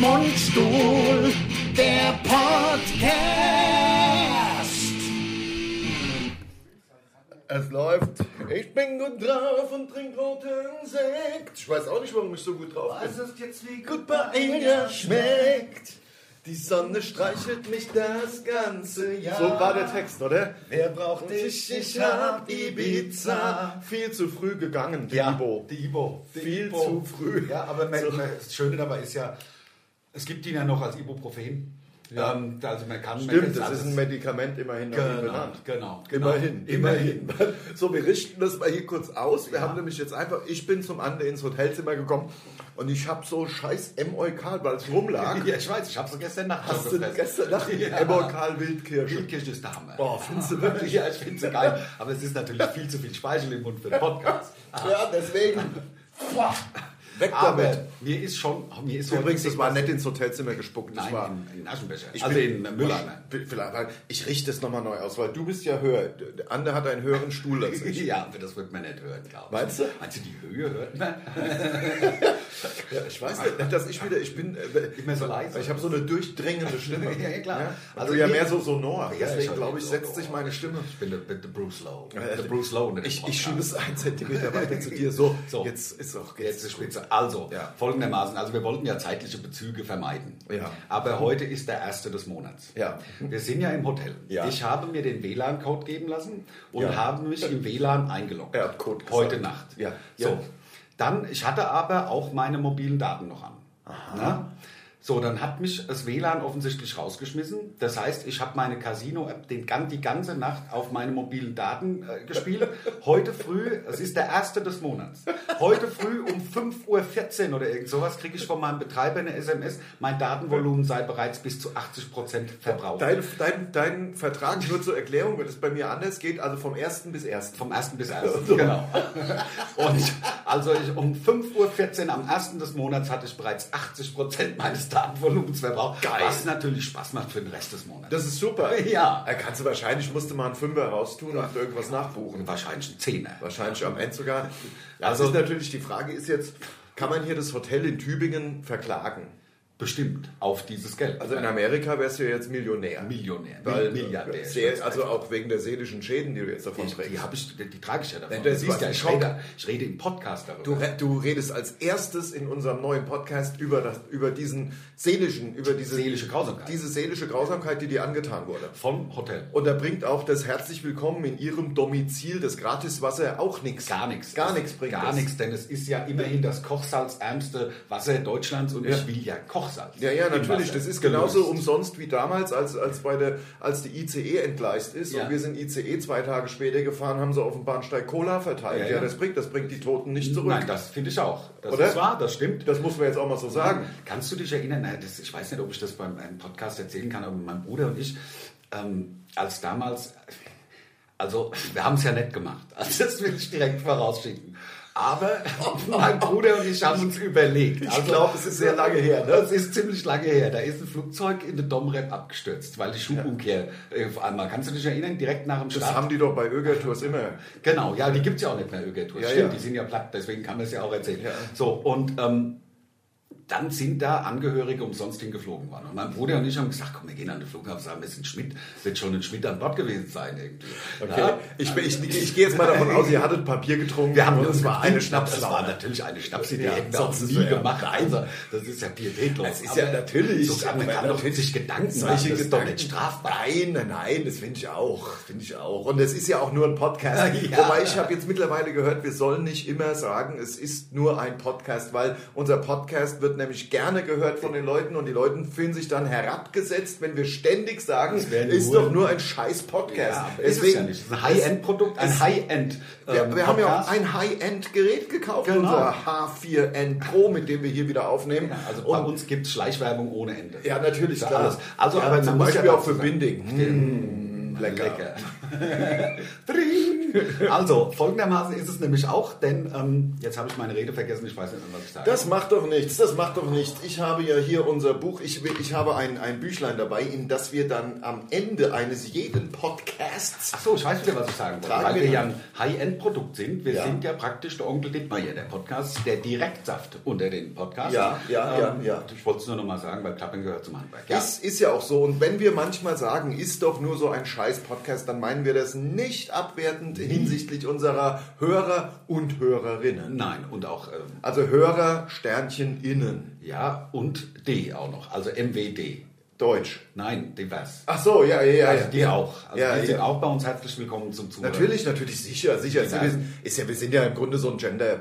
Mundstuhl, der Podcast. Es läuft. Ich bin gut drauf und trink roten Sekt. Ich weiß auch nicht, warum ich so gut drauf bin. Es ist jetzt wie Gut bei ihr schmeckt. Die Sonne streichelt mich das ganze Jahr. So war der Text, oder? Wer braucht Ich, ich hab Ibiza. Viel zu früh gegangen, die Ja, Ibo. die Ibo. Die Viel Ibo. zu früh. Ja, aber man, So. man, das Schöne dabei ist ja, es gibt ihn ja noch als Ibuprofen. Ähm, also man kann man Stimmt, kann das ist ein alles- Medikament immerhin nach ihm genau, benannt. genau, genau. Immerhin, immerhin. So, wir richten das mal hier kurz aus. Wir haben nämlich jetzt einfach, ich bin zum Ande ins Hotelzimmer gekommen und ich habe so scheiß MEK, weil es rumlag. Ja, ich weiß, ich hab's gestern Nacht Hast schon du gefressen. gestern Nacht Ja. MEK Wildkirsche? Wildkirsche ist der Hammer. Boah, findest du wirklich? Ja, ich finde sie geil. Aber es ist natürlich viel zu viel Speichel im Mund für den Podcast. Ja, deswegen. Weg Aber damit. mir ist schon, mir ist heute Übrigens, nicht das war was- nicht ins Hotelzimmer gespuckt. das Nein, war, in, in Aschenbecher. Ich also bin- in Mülleimer. Ich, bin- vielleicht, weil ich richte es nochmal neu aus, weil du bist ja höher. Der Ander hat einen höheren Stuhl als ich. Ja, aber das wird man nicht hören, glaube ich. Meinst du? Meinst du, die Höhe hört man? Ja, ich weiß nicht, nicht, dass ich wieder, ich bin äh, Immer so leise. Ich habe so eine durchdringende Stimme. Ja, ja, klar. Also Also ja mir- mehr so sonor. Ja, Deswegen schon. glaube ich, setzt sich meine Stimme. Ich bin der, der Bruce Lowe. Äh, Der Bruce Lowe. in dem Ich, ich Podcast. schiebe es einen Zentimeter weiter zu dir. So, So. jetzt ist auch Jetzt ist Spitze. Also, Ja. folgendermaßen, also wir wollten ja zeitliche Bezüge vermeiden. Ja. Aber heute ist der erste des Monats. Ja. Wir sind ja im Hotel. Ja. Ich habe mir den WLAN-Code geben lassen und Ja. habe mich im WLAN eingeloggt. Er hat Code gesagt. heute Nacht. Ja. So. Ja. Dann, ich hatte aber auch meine mobilen Daten noch an. Na? So, dann hat mich das WLAN offensichtlich rausgeschmissen. Das heißt, ich habe meine Casino-App den, gan- die ganze Nacht auf meine mobilen Daten äh, gespielt. Heute früh, es ist der erste des Monats, heute früh um 5.14 Uhr oder irgend sowas kriege ich von meinem Betreiber eine SMS, mein Datenvolumen sei bereits bis zu 80% verbraucht. Dein, dein, dein Vertrag nur zur Erklärung, wenn es bei mir anders geht, also vom 1. bis 1. Vom 1. bis 1. Genau. Und also ich, um 5.14 Uhr am 1. des Monats hatte ich bereits 80% meines Datenvolumens verbraucht. Geil. Was natürlich Spaß macht für den Rest des Monats. Das ist super. Ja. Er kannst du wahrscheinlich, musste mal einen Fünfer raustun und irgendwas nachbuchen. Und wahrscheinlich ein Zehner. Wahrscheinlich am Ende sogar. Also Also- ist natürlich die Frage ist jetzt, kann man hier das Hotel in Tübingen verklagen? Bestimmt auf dieses Geld. Also in Amerika wärst du ja jetzt Millionär. Millionär, Weil, Milliardär. äh, Sehr, also auch wegen der seelischen Schäden, die du jetzt davon die, trägst. die, hab ich, die, die trage ich ja davon. Nein, das Du ist siehst ja, ein ich Schock. rede, ich rede im Podcast darüber. Du, re- du redest als erstes in unserem neuen Podcast über, das, über diesen seelischen, über diese Seelische Grausamkeit. diese seelische Grausamkeit, die dir angetan wurde. Vom Hotel. Und da bringt auch das Herzlich Willkommen in Ihrem Domizil, das Gratiswasser, auch nichts. Gar nichts. Gar nichts bringt Gar es. nichts, denn es ist ja immerhin das kochsalzärmste Wasser Deutschlands und ich will ja Kochsalz. Ja, ja, im natürlich. Wasser. Das ist genauso um Gelöst. umsonst wie damals, als, als, bei der, als die ICE entgleist ist. Ja. Und wir sind ICE zwei Tage später gefahren, haben sie auf dem Bahnsteig Cola verteilt. Ja, Ja, ja. das bringt, das bringt die Toten nicht zurück. Nein, das finde ich auch. Das Oder? ist wahr, das stimmt. das muss man jetzt auch mal so sagen. Kannst du dich erinnern, nein, das, ich weiß nicht, ob ich das beim einem Podcast erzählen kann, aber mein Bruder und ich, ähm, als damals, also wir haben es ja nett gemacht, also das will ich direkt vorausschicken. Aber mein Bruder und ich haben uns überlegt. Ich glaub, es ist sehr lange her, ne? Das ist ziemlich lange her. Da ist ein Flugzeug in der Domrep abgestürzt, weil die Schubumkehr äh, auf einmal. Kannst du dich erinnern? Direkt nach dem Start. Das haben die doch bei Ögertours immer. Genau, ja, die gibt es ja auch nicht mehr, Ögertour. Ja, Stimmt, ja. die sind ja platt, deswegen kann man es ja auch erzählen. Ja. So, und ähm, dann sind da Angehörige umsonst hingeflogen worden. Und mein Bruder und ich haben gesagt, komm, wir gehen an den Flughafen, sagen, wir sind Schmidt, wird schon ein Schmidt an Bord gewesen sein irgendwie. Ja. Ich, ich, ich, gehe jetzt mal davon aus, ihr hattet Papier getrunken Wir haben und es uns war eine Das war Schnapslaune. natürlich eine Schnapsidee, Ja, hätten wir auch sonst ist nie es ja- gemacht. Also, das ist ja pietätlos. Es ist ja Aber natürlich- So, man aber kann doch natürlich- sich Gedanken machen, das Solche ist doch Gedanken. nicht strafbar. Nein, nein, nein, das finde ich auch, finde ich auch. Und es ist ja auch nur ein Podcast. Ja. Wobei ich habe jetzt mittlerweile gehört, wir sollen nicht immer sagen, es ist nur ein Podcast, weil unser Podcast wird nämlich gerne gehört von den Leuten und die Leute fühlen sich dann herabgesetzt, wenn wir ständig sagen, es Es wäre ist nur- doch nur ein scheiß Podcast. Ja, aber ist es ja nicht. Das ist ein High-End-Produkt, ein High-End. Wir, ähm, wir haben ja auch Podcast. ein High-End-Gerät gekauft, Genau. unser H4N Pro, mit dem wir hier wieder aufnehmen. Ja, also bei und, uns gibt es Schleichwerbung ohne Ende. ja natürlich, Für klar. alles. Also, ja, aber zum man muss Beispiel ja auch für dazu sagen- Binding. Mmh, lecker. Lecker. Tring. Also, folgendermaßen ist es nämlich auch, denn ähm, jetzt habe ich meine Rede vergessen, ich weiß nicht, mehr, was ich sage. Das macht doch nichts, das macht doch nichts. Ich habe ja hier unser Buch, ich, will- ich habe ein, ein Büchlein dabei, in das wir dann am Ende eines jeden Podcasts. Ach so, ich weiß wieder, was ich sagen wollte. Tragen Weil wir wir ja dann. ein High-End-Produkt sind. Wir Ja. sind ja praktisch der Onkel Dittmeier, der Podcast, der Direktsaft unter den Podcasts. Ähm, Ja, ja, ja, ja. Ich wollte es nur nochmal sagen, weil Klappern gehört zum Handwerk. Ja. Ist, ist ja auch so. Und wenn wir manchmal sagen, ist doch nur so ein Scheiß-Podcast, dann meinen wir das nicht abwertend hinsichtlich unserer Hörer und Hörerinnen. Nein, und auch, ähm, Also Hörer, Sternchen, Innen. ja, und D auch noch, also MWD. Deutsch. Nein, divers. Ach so, ja, ja, ja. Also die auch. Also Ja, die sind ja. auch bei uns herzlich willkommen zum Zuhören. Natürlich, natürlich, sicher, sicher. Ja. Wir sind- Ist ja, wir sind ja im Grunde so ein Gender,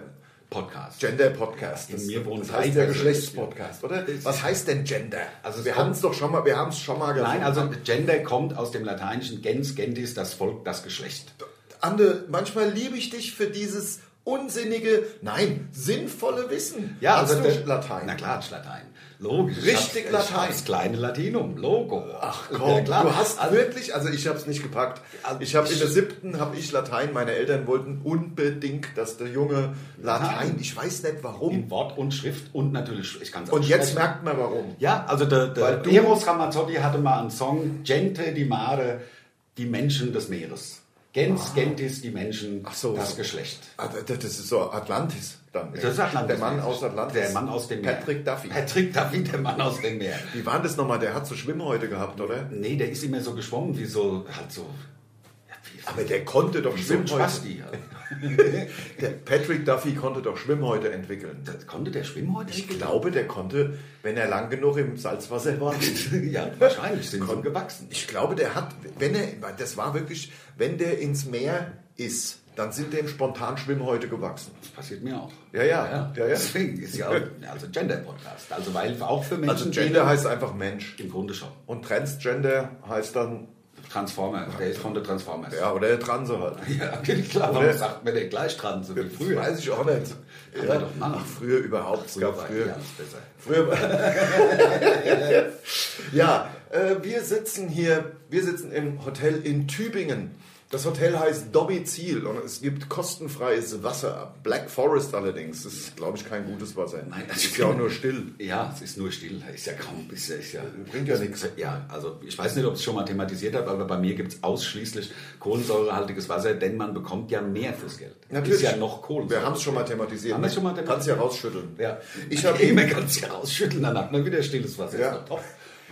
Podcast. Gender-Podcast. Das, mir wohnen das drei heißt ja Personen. Geschlechtspodcast, oder? Was heißt denn Gender? Also Also es wir kommt- haben es doch schon mal, wir haben es schon mal Nein, gefunden. also Gender kommt aus dem lateinischen gens, gentis, das Volk, das Geschlecht. Ande, manchmal liebe ich dich für dieses unsinnige, nein, sinnvolle Wissen. Hast du also der- Latein. Na klar, ich Latein. Logisch. Ich Richtig hab- Latein. Ich hab das kleine Latinum, Logo. Ach Komm, du hast wirklich, also ich habe es nicht gepackt. Also Ich habe in der siebten habe ich Latein. Meine Eltern wollten unbedingt, dass der Junge Latein. Ich weiß nicht warum. in Wort und Schrift und natürlich, ich kann es Und jetzt merkt man warum. Ja, also der, der Weil du- Eros Ramazzotti hatte mal einen Song, Gente di Mare, die Menschen des Meeres. Gens, Gentis, die Menschen, Ah. Ach so. das Geschlecht. Ah, da- da- Das ist so Atlantis dann. Das ist Atlantis. Der Mann aus Atlantis. Der Mann aus dem Meer. Patrick Duffy. Patrick Duffy, der Mann aus dem Meer. Wie war das nochmal? Der hat so Schwimmhäute gehabt, oder? Nee, der ist immer so geschwommen, wie so, halt so, ja, wie, Aber der konnte doch wie so ein Schwimmhäute. Spasti. halt. Der Patrick Duffy konnte doch Schwimmhäute entwickeln. Das konnte der schwimmen heute? Ich glaube, der konnte, wenn er lang genug im Salzwasser war. ja, wahrscheinlich sind sie gewachsen. Ich glaube, der hat, wenn er, das war wirklich, wenn der ins Meer ist, dann sind dem spontan Schwimmhäute gewachsen. Das passiert mir auch. Ja, ja. Ja, ja. Deswegen ist ja auch, also Gender-Podcast. Also, weil auch für Menschen, Also Gender heißt einfach Mensch. die im Grunde schon. Und Transgender heißt dann, Transformer, der ist von der Transformers. ja, oder der Transe halt. Ja, klar, warum sagt man denn gleich dran, so wie früher? Weiß ich auch nicht. Kann man doch machen. Ach, früher überhaupt. es gab war früher. eh alles besser. Früher war ja, äh, wir sitzen hier, wir sitzen im Hotel in Tübingen. Das Hotel heißt Dobby Ziel und es gibt kostenfreies Wasser. Black Forest allerdings. Das ist, glaube ich, kein gutes Wasser. Nein, das ist ja auch nur still. Ja, es ist nur still, ist ja kaum, ist ja, ist ja Bringt ja nichts. Ja, also ich weiß nicht, ob ich es schon mal thematisiert habe, aber bei mir gibt es ausschließlich kohlensäurehaltiges Wasser, denn man bekommt ja mehr fürs Geld. Ist ja noch Kohlensäure. Wir haben es schon mal thematisiert. Haben wir schon mal thematisiert? Kannst ja rausschütteln. Ja, Ich ich hab- habe immer ganz rausschütteln, dann hat man wieder stilles Wasser. Ja. Ist doch top.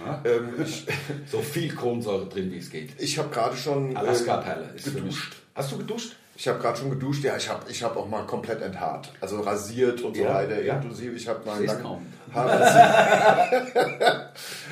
Ja? Ähm, ich So viel Kohlensäure drin, wie es geht. ich habe gerade schon. äh, Alaska-Perle ist für mich. Hast du geduscht? Ich habe gerade schon geduscht, ja, ich habe ich hab auch mal komplett enthaart. Also rasiert und so Ja, weiter, ja. inklusive ich habe mal Seh's lang- kaum. Haare Ja,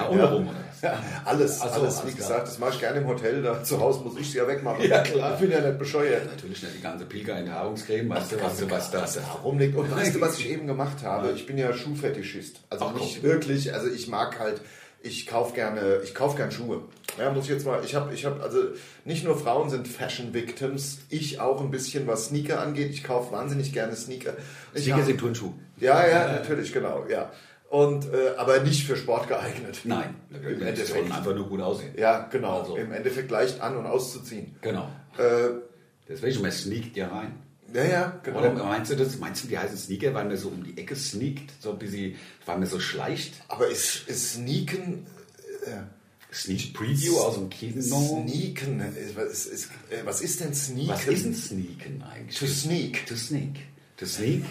ohne rum oder was? Ja, alles, Ach so, alles, alles wie klar. gesagt, das mache ich gerne im Hotel, da zu Hause muss ich sie ja wegmachen. Ja, klar. Ich bin ja nicht bescheuert. Natürlich nicht die ganze Pilger in Haarungscreme, weißt du, was du, was da ist. Rumliegt. Und weißt du, was ich eben gemacht habe? Ich bin ja Schuhfetischist. Also Ach, nicht guck. wirklich, also ich mag halt, ich kauf gerne, ich kauf gerne Schuhe. Ja, muss ich jetzt mal, ich habe, ich habe, also nicht nur Frauen sind Fashion Victims, ich auch ein bisschen, was Sneaker angeht. Ich kaufe wahnsinnig gerne Sneaker. Ich Sieger hab- sind Turnschuh. Ja, ja, natürlich, genau, ja. Und, äh, aber nicht für Sport geeignet. Nein, im die sollen Endeffekt. einfach nur gut aussehen. Ja, genau. Also. Im Endeffekt leicht an und auszuziehen. Genau. Äh, Deswegen, man sneakt ja rein. ja, ja, genau. Oder meinst du das? Meinst du, die heißen Sneaker, weil man so um die Ecke sneakt, so ein bisschen, weil man so schleicht? Aber ist, ist Sneaken. Äh, Sneak Preview aus dem Kino? Sneaken. äh, Was ist, ist, äh, was ist denn Sneaken? Was ist ein Sneaken eigentlich? To sneak. To sneak. To sneak?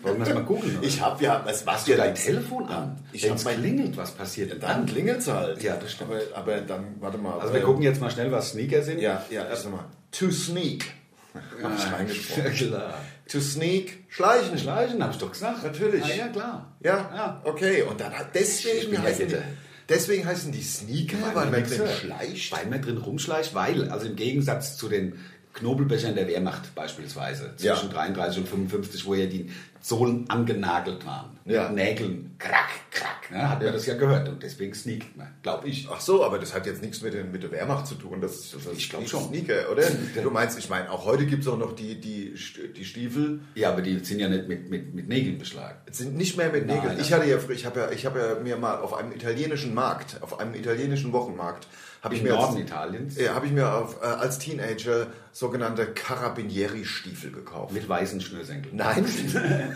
Wollen wir es mal googeln? oder? Ich hab ja. Was machst Hast du dein Telefon an? Ich Wenn hab es mein- klingelt, was passiert denn dann? Dann klingelt's halt. Ja, das stimmt. Aber, aber dann, warte mal. Also wir äh, gucken jetzt mal schnell, was Sneaker sind. Ja, Ah, ja, erst mal. To sneak. Ah. Hab ich Ja, reingesprochen. klar. To sneak. Schleichen. Schleichen, habe ich doch gesagt. Natürlich. Ah, ja, klar. Ja, ja. okay. Und dann hat Ich deswegen bin ja heißen die, Jette. deswegen heißen die Sneaker, weil, man man nix drin hört. schleicht. Weil man drin rumschleicht, weil, also im Gegensatz zu den Knobelbechern der Wehrmacht beispielsweise, Ja. zwischen 33 und 55, wo ja die Sohlen angenagelt waren. Ja. Mit Nägeln, krack, krack. Ne? Hat Ja. man das ja gehört und deswegen sneakt man, glaube ich. Ach so, aber das hat jetzt nichts mit, den, mit der Wehrmacht zu tun. Das, ist- das Ich ich glaub glaube schon. schon. Sneaker, oder? Du meinst, ich meine, auch heute gibt es auch noch die, die, St- die Stiefel, Ja, aber die sind ja nicht mit, mit, mit Nägeln beschlagen. sind nicht mehr mit Nägeln. Nein, ich nein. hatte ja, früher- ich habe ja, ich habe ja mir mal auf einem italienischen Markt, auf einem italienischen Wochenmarkt, habe ich Im mir Norden als, Italiens ja, habe ich mir auf, äh, als Teenager sogenannte Carabinieri-Stiefel gekauft. mit weißen Schnürsenkeln. Nein,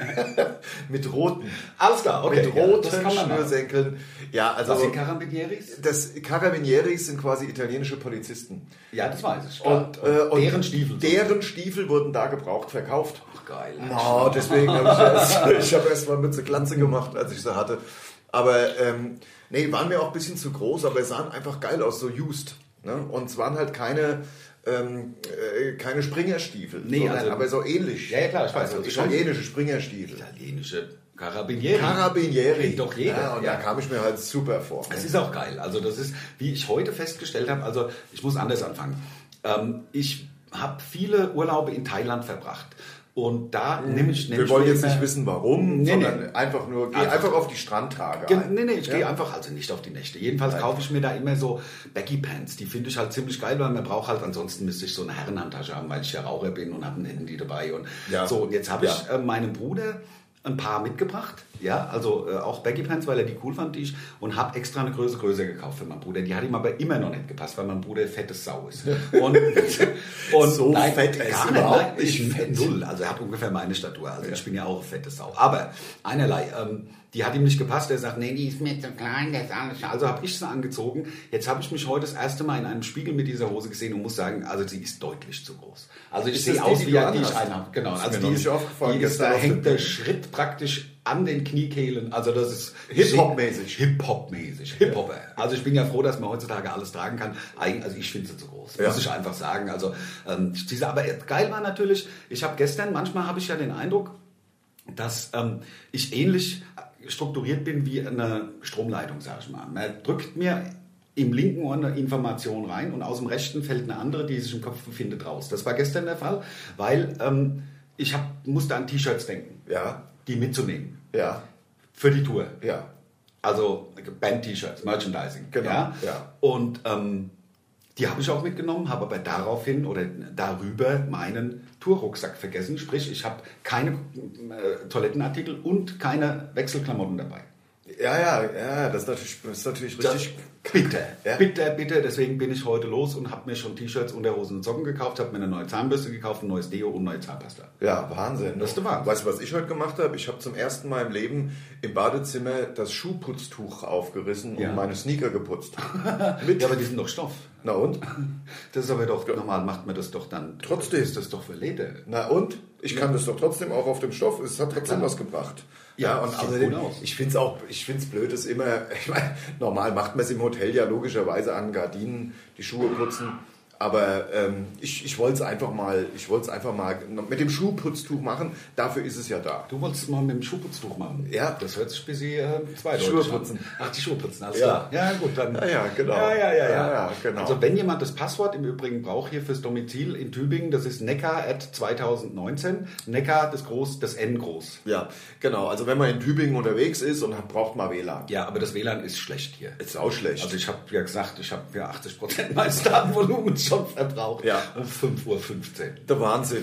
mit roten, Alles klar, okay. mit ja, roten das kann man machen. Schnürsenkeln. Ja, also Was sind Carabinieris? das Carabinieris sind quasi italienische Polizisten. Ja, das weiß ich. Und, äh, und deren Stiefel. Deren Stiefel wurden da gebraucht verkauft. Ach, geil. Na, deswegen habe ich erst, ich habe erst mal Mütze Glanze gemacht, als ich sie hatte. Aber ähm, nee, waren mir auch ein bisschen zu groß, aber sahen einfach geil aus, so used. Ne? Und es waren halt keine, ähm, äh, keine Springerstiefel, Nee, sondern, also- aber so ähnlich. Ja, ja, klar, ich weiß, Also also schon- italienische Springerstiefel. Italienische Carabinieri. Carabinieri. Kennt doch jeder. Ja, und Ja. da kam ich mir halt super vor. Es ist auch geil. Also das ist, wie ich heute festgestellt habe, also ich muss anders anfangen. Ähm, ich habe viele Urlaube in Thailand verbracht. Und da nehme ich... nehme Mhm. Wir ich wollen mir jetzt immer- nicht wissen, warum, Nee, sondern nee. einfach nur, geh Also- einfach auf die Strandtage. Ge- ein. Nee, nee, ich Ja. gehe einfach also nicht auf die Nächte. Jedenfalls kaufe ich mir da immer so Baggy Pants. Die finde ich halt ziemlich geil, weil man braucht halt, ansonsten müsste ich so eine Herrenhandtasche haben, weil ich ja Raucher bin und habe ein Handy dabei. Und Ja. so, und jetzt habe Ja. ich äh, meinem Bruder ein paar mitgebracht. Ja, also äh, auch Baggy Pants, weil er die cool fand, die ich. Und habe extra eine Größe größer gekauft für meinen Bruder. Die hat ihm aber immer noch nicht gepasst, weil mein Bruder fettes Sau ist. Und, und So fett ist gar überhaupt nein, ich nicht fett. null. Null. Also er hat ungefähr meine Statur. Also ich bin ja auch eine fette Sau. Aber einerlei, ähm, die hat ihm nicht gepasst. Er sagt, nee, die ist mir zu klein, das ist alles. Also habe ich sie angezogen. Jetzt habe ich mich heute das erste Mal in einem Spiegel mit dieser Hose gesehen und muss sagen, also sie ist deutlich zu groß. Also ich Ist sehe das aus die, wie die du eine, die ich anhast? einhabe. Genau. Ist also mir noch nicht aufgefallen die ist, da gestern auf hängt der der Schritt praktisch an den Kniekehlen. Also das ist Hip-Hop-mäßig. Hip-Hop-mäßig. Hip-Hopper. Also ich bin ja froh, dass man heutzutage alles tragen kann. Eigen- Also ich finde sie zu groß. Ja. Muss ich einfach sagen. Also ähm, diese, aber geil war natürlich, ich habe gestern, manchmal habe ich ja den Eindruck, dass ähm, ich ähnlich strukturiert bin wie eine Stromleitung, sag ich mal. Man drückt mir im linken Ohr eine Information rein und aus dem rechten fällt eine andere, die sich im Kopf befindet, raus. Das war gestern der Fall, weil ähm, ich hab, musste an T-Shirts denken, Ja, die mitzunehmen ja, für die Tour. ja. Also Band-T-Shirts, Merchandising. Genau, Ja? ja. Und ähm, die habe ich auch mitgenommen, habe aber daraufhin oder darüber meinen Tourrucksack vergessen. Sprich, ich habe keine äh, Toilettenartikel und keine Wechselklamotten dabei. Ja, ja, ja, das ist natürlich, das ist natürlich richtig. bitter, Ja. bitter, bitter. Deswegen bin ich heute los und habe mir schon T-Shirts, Unterhosen und Socken gekauft, habe mir eine neue Zahnbürste gekauft, ein neues Deo und neue Zahnpasta. Ja, Wahnsinn. ne? Das ist der Wahnsinn. Weißt du, was ich heute gemacht habe? Ich habe zum ersten Mal im Leben im Badezimmer das Schuhputztuch aufgerissen Ja. und meine Sneaker geputzt. Mit. Ja, aber die sind doch Stoff. Na und? Das ist aber doch, normal macht man das doch dann. Trotzdem. ist das doch für Leder. Na und? Ich kann das doch trotzdem auch auf dem Stoff. Es hat trotzdem was gebracht. Ja, Ja, und sieht außerdem, gut aus. ich finde es auch, ich finde es blöd, dass immer, ich meine, normal macht man es im Hotel ja logischerweise an Gardinen, die Schuhe putzen. Aber ähm, ich, ich wollte es einfach mal, ich wollte es einfach mal mit dem Schuhputztuch machen. Dafür ist es ja da. Du wolltest es mal mit dem Schuhputztuch machen. Ja. Das hört sich ein bisschen äh, zweideutig Schuhe putzen. An. Ach, die Schuhe putzen, alles Ja. klar. Ja, gut, dann. Ja, ja, genau. Ja, ja, ja, ja. Ja, ja, genau. Also, wenn jemand das Passwort im Übrigen braucht hier fürs Domizil in Tübingen, das ist neckar 2019. Neckar, das Groß, das N groß. Ja, genau. Also wenn man in Tübingen unterwegs ist und hat, braucht mal WLAN. Ja, aber das WLAN ist schlecht hier. Ist auch schlecht. Also, ich habe ja gesagt, ich habe ja 80% meines Datenvolumens schon verbraucht. Ja. Um 5.15 Uhr. der Wahnsinn.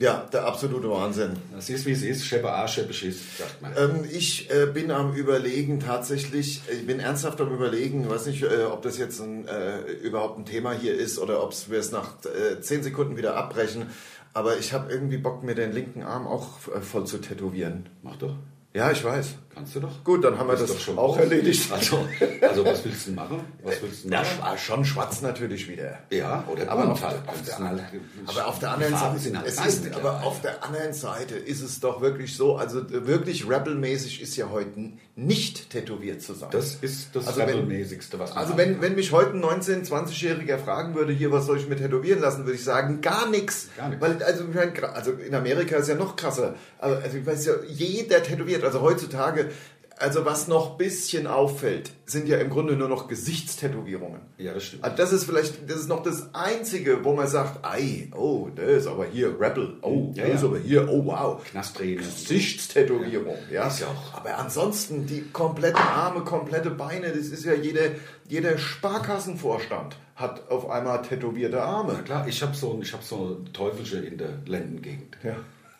Ja, der absolute Wahnsinn. Das ist, wie es ist. Scheppe A, Scheppe Schiss, sagt man. Ähm, ich äh, bin am Überlegen tatsächlich, äh, ich bin ernsthaft am Überlegen, weiß nicht, äh, ob das jetzt ein, äh, überhaupt ein Thema hier ist oder ob wir es nach äh, 10 Sekunden wieder abbrechen. Aber ich habe irgendwie Bock, mir den linken Arm auch äh, voll zu tätowieren. Mach doch. Ja, ich weiß. Kannst du doch. Gut, dann haben wir Ist das, doch schon auch groß. erledigt. Also, also was willst du denn machen? Was willst du denn machen? sch- schon schwarz natürlich wieder. Ja, oder Aber auf, Unfall. auf, der, Kannst du- aber auf der anderen Die Farben Seite, sind halt es geil ist, mittlerweile. aber auf der anderen Seite ist es doch wirklich so, also äh, wirklich rappelmäßig ist ja heute nicht tätowiert zu sein. Das ist das Also also wenn- Rebelmäßigste, was man also hat. wenn, wenn mich heute ein 19-, 20-Jähriger fragen würde, hier, was soll ich mir tätowieren lassen, würde ich sagen, gar nichts. Gar nix. Weil, also, ich mein, gra- also in Amerika ist ja noch krasser. Aber, also ich weiß ja, jeder tätowiert. Also heutzutage Also was noch ein bisschen auffällt, sind ja im Grunde nur noch Gesichtstätowierungen. Ja, das stimmt. Also das ist vielleicht, das ist noch das Einzige, wo man sagt, ei, oh, der ist aber hier Rebel, oh, der Ja, ist ja. aber hier, oh wow. Knasträne. Gesichtstätowierung, ja. Ist ja auch- Aber ansonsten die kompletten Arme, komplette Beine, das ist ja jede, jeder Sparkassenvorstand hat auf einmal tätowierte Na Arme. klar, ich habe so, ich hab so Teufelsche in der Lendengegend. Ja.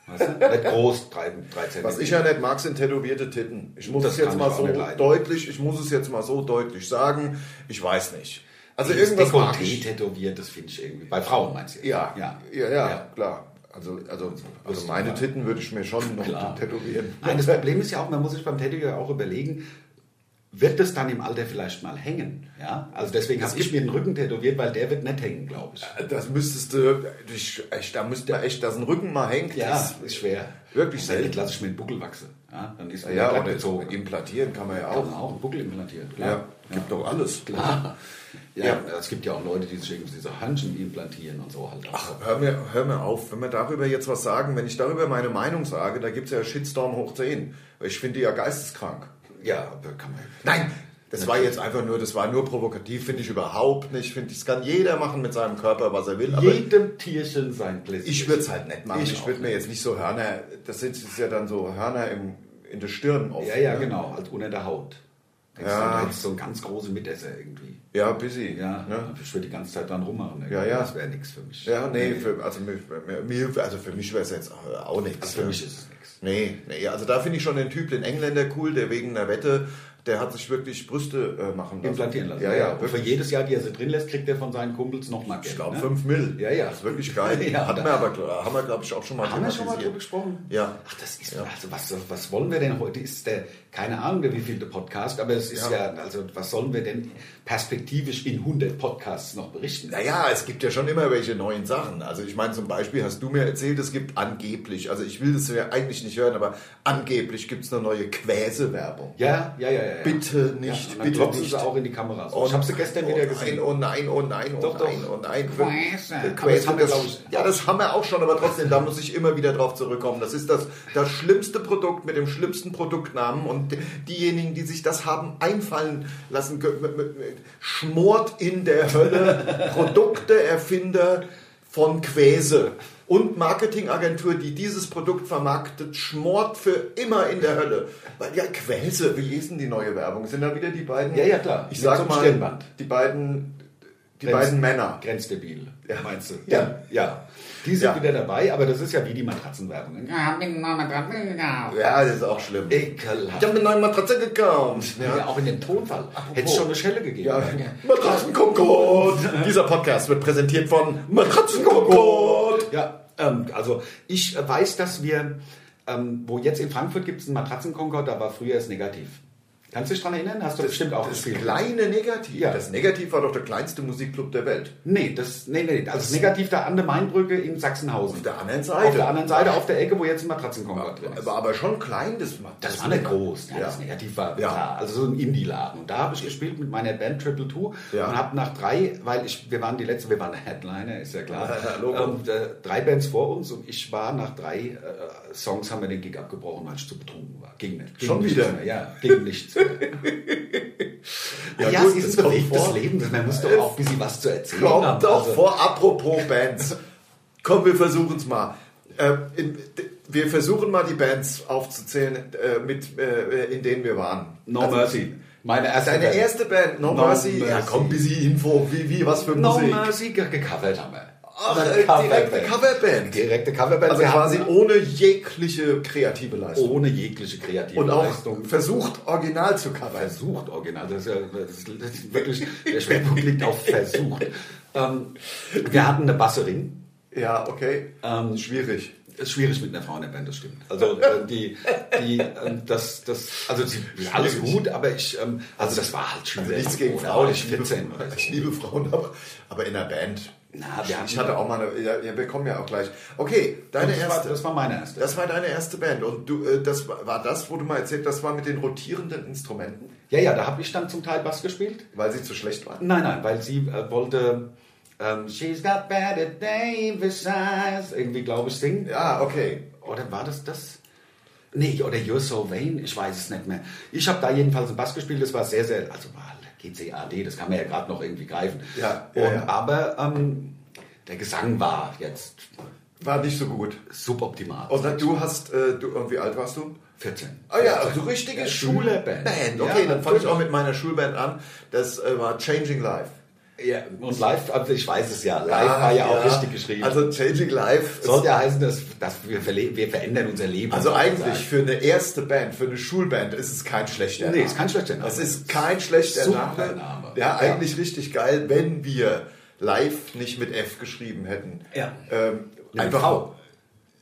Weißt du? Nicht groß, 3 cm. Was ich halt- ja nicht mag, sind tätowierte Titten. Ich muss Das es jetzt kann mal ich auch so nicht leiden. deutlich, ich muss es jetzt mal so deutlich sagen, ich weiß nicht. Also Dieses irgendwas mag Dekolleté ich. tätowiert, das finde ich irgendwie. Bei Frauen meinst du? jetzt? Ja, ja. ja, ja, klar. Also, also, also meine mal. Titten würde ich mir schon noch Klar. tätowieren. Nein, das Problem ist ja auch, man muss sich beim Tätowier auch überlegen, wird das dann im Alter vielleicht mal hängen? Ja? Also deswegen habe ich mir den Rücken tätowiert, weil der wird nicht hängen, glaube ich. Das müsstest du, ich, echt, da müsste man echt, dass ein Rücken mal hängt. Ja, das- ist schwer. Wirklich Dann selten. lasse ich mir den Buckel wachsen. Ja? Dann ist Ja, der und Blatt gezogen. implantieren kann man ja Kann man auch. auch einen Buckel implantieren. Ja, Klar. gibt doch alles. Klar. Ja, Ja. es gibt ja auch Leute, die sich irgendwie diese Hanschen implantieren und so halt. Ach, Hör mir, hör mir auf, wenn wir darüber jetzt was sagen, wenn ich darüber meine Meinung sage, da gibt es ja Shitstorm hoch 10. Ich finde die ja geisteskrank. ja, aber kann man. Nein, das war jetzt einfach nur, das war nur provokativ, finde ich überhaupt nicht. Finde ich, das kann jeder machen mit seinem Körper, was er will. Aber Jedem Tierchen sein Plätzchen. ich würde es halt nicht machen. Ich Ich, auch würde mir jetzt nicht so Hörner, das sind das ist ja dann so Hörner im, in der Stirn oft. Ja, ja, ne? genau. Halt unter der Haut. Denkst Ja. du, da hättest du so einen ganz großen Mitesser irgendwie. Ja, busy. Ja, ne? ich würde die ganze Zeit dran rummachen. irgendwie. Ja, ja. Das wäre nichts für mich. ja nee, für, also, mir, mir, mir- also für mich wäre es jetzt auch nichts. Also für mich ist es nichts. Nee, nee, also da finde ich schon den Typ, den Engländer cool, der wegen einer Wette, der hat sich wirklich Brüste äh, machen lassen. Implantieren lassen. Ja, ja, Und für wirklich. jedes Jahr, die er sie drin lässt, kriegt er von seinen Kumpels nochmal Geld. Ich glaube, ne? 5 Mill. Ja, ja. Das ist wirklich geil. Ja. Hatten wir aber, haben wir, glaube ich, auch schon mal Haben wir schon mal drüber thematisiert. gesprochen? Ja. Ach, das ist, also was, was wollen wir denn heute? Ist der, keine Ahnung, der wievielte Podcast, aber es ist ja. Ja. also was sollen wir denn perspektivisch in 100 Podcasts noch berichten? Naja, es gibt ja schon immer welche neuen Sachen. Also ich meine, zum Beispiel hast du mir erzählt, es gibt angeblich, also ich will das ja eigentlich nicht hören, aber angeblich gibt es eine neue Quäse-Werbung. Ja, ja, ja, ja. ja. Bitte nicht, ja, und dann bitte klopfen nicht. sie auch in die Kamera. So. Und- ich habe sie gestern oh wieder nein, gesehen. Oh nein, oh nein, oh Doch, doch. nein, oh nein. Quäse. Äh, Aber das Quäse, haben wir, das- glaub ich- Ja, das haben wir auch schon, aber trotzdem, da muss ich immer wieder drauf zurückkommen. Das ist das, das schlimmste Produkt mit dem schlimmsten Produktnamen und diejenigen, die sich das haben einfallen lassen, ge- mit- mit- mit- schmort in der Hölle Produkteerfinder von Quäse. Und Marketingagentur, die dieses Produkt vermarktet, schmort für immer in der Hölle. Weil ja, Quäse, wie lesen die neue Werbung? Sind da wieder die beiden? Ja, ja, klar. Ich Mit sag so einem mal, Stirnband. die beiden, die Grenz- beiden Männer. Grenzdebil, meinst du? Ja. ja. Die sind Ja. wieder dabei, aber das ist ja wie die Matratzenwerbung. Ja, bin noch mal dran. Ja. Ja, das ist auch schlimm. Ekelhaft. Ich habe eine neue Matratze gekauft. Ja, auch in dem Tonfall. Hätte es schon eine Schelle gegeben. Ja. Matratzenkokot. Dieser Podcast wird präsentiert von Matratzenkokot. Ja, ähm, also ich äh, weiß, dass wir, ähm, wo jetzt in Frankfurt gibt es einen Matratzenkonkord, da war früher es negativ. Kannst du dich dran erinnern? Hast du bestimmt auch Das gespielt. kleine Negativ. Ja. Das Negativ war doch der kleinste Musikclub der Welt. Nee, das, nee, nee, also das negativ da an der Mainbrücke in Sachsenhausen. Auf der anderen Seite. Auf der anderen Seite, auf der Ecke, wo jetzt ein Matratzenkonkord drin ist. War aber schon klein, das Matratzenkokot. Das war nicht groß, ja, Also Ja. das Negativ war Ja. klar. Also so ein Indie-Laden. Und da habe ich gespielt mit meiner Band Triple Two Ja. und habe nach drei, weil ich, wir waren die letzte, wir waren der Headliner, ist ja klar. Logo. ähm, äh, drei Bands vor uns und ich war nach drei äh, Songs haben wir den Gig abgebrochen, weil ich zu betrunken war. Ging nicht. Ging Schon nichts wieder? Mehr. Ja, ging nichts. Mehr. ja, es gut, das ist ein kommt bewegtes vor. Leben, man muss doch auch ein bisschen was zu erzählen haben. Kommt doch Also- vor, apropos Bands. Komm, wir versuchen es mal. Äh, in, d- wir versuchen mal die Bands aufzuzählen, äh, mit, äh, in denen wir waren. No Also, Mercy. Meine erste Deine Band. erste Band, No, No Mercy. Ja, Mercy. komm, busy Info. Wie, wie, was für No Musik? Mercy ge- gecovert haben wir. Ach, Eine äh, direkte Coverband. Direkte Coverband. Also Wir haben- quasi ohne jegliche kreative Leistung. ohne jegliche kreative Und auch Leistung. versucht, original zu covern. Versucht original. Das ist, ja, das ist, das ist wirklich, der Schwerpunkt liegt auf versucht. Ähm, wir hatten eine Basserin. Ja, okay. Ähm, Schwierig. Ist schwierig mit einer Frau in der Band, das stimmt. Also äh, die, die, ähm, das, das, also sie, alles Schwierig. gut, aber ich, ähm, also das war halt schwierig. Also nichts gegen Oder Frauen. war Ich 14 oder so. ich liebe Frauen, aber, aber in der Band. Na, wir ich hatten- hatte auch mal eine. Ja, ja, wir kommen ja auch gleich. Okay, deine das, war, erste. das war meine erste. das war deine erste Band. Und du, äh, das war war das, wo du mal erzählt das war mit den rotierenden Instrumenten, ja, ja, da habe ich dann zum Teil Bass gespielt. weil sie zu schlecht waren. Nein, nein, weil sie äh, wollte ähm, She's got better day besides irgendwie, glaube ich, singen. Ja, okay. Oder war das das? Nee, oder You're So Vain, ich weiß es nicht mehr. Ich habe da jedenfalls einen Bass gespielt, das war sehr, sehr, also war GCAD, das kann man ja gerade noch irgendwie greifen. Ja, Und, ja, ja. Aber ähm, der Gesang war jetzt War nicht so gut. suboptimal. Und dann, du hast, äh, du, und wie alt warst du? 14. Ah ja, also richtige Ja, Schulband. Schulband. Ja, Okay, dann fange ich natürlich. auch mit meiner Schulband an. Das äh, war Changing Life. Ja, und live, also ich weiß es ja, live war ja, auch richtig geschrieben. Also, Ah, Also Changing Life. Sollte ja heißen, dass, dass wir, verle- wir verändern unser Leben. also eigentlich sozusagen. für eine erste Band, für eine Schulband ist es kein schlechter Nee, ist kein schlechter Name. Es ist kein schlechter Super Name. Name. Ja, Ja. eigentlich richtig geil, wenn wir live nicht mit F geschrieben hätten. Ja. Ähm, Mit einfach V.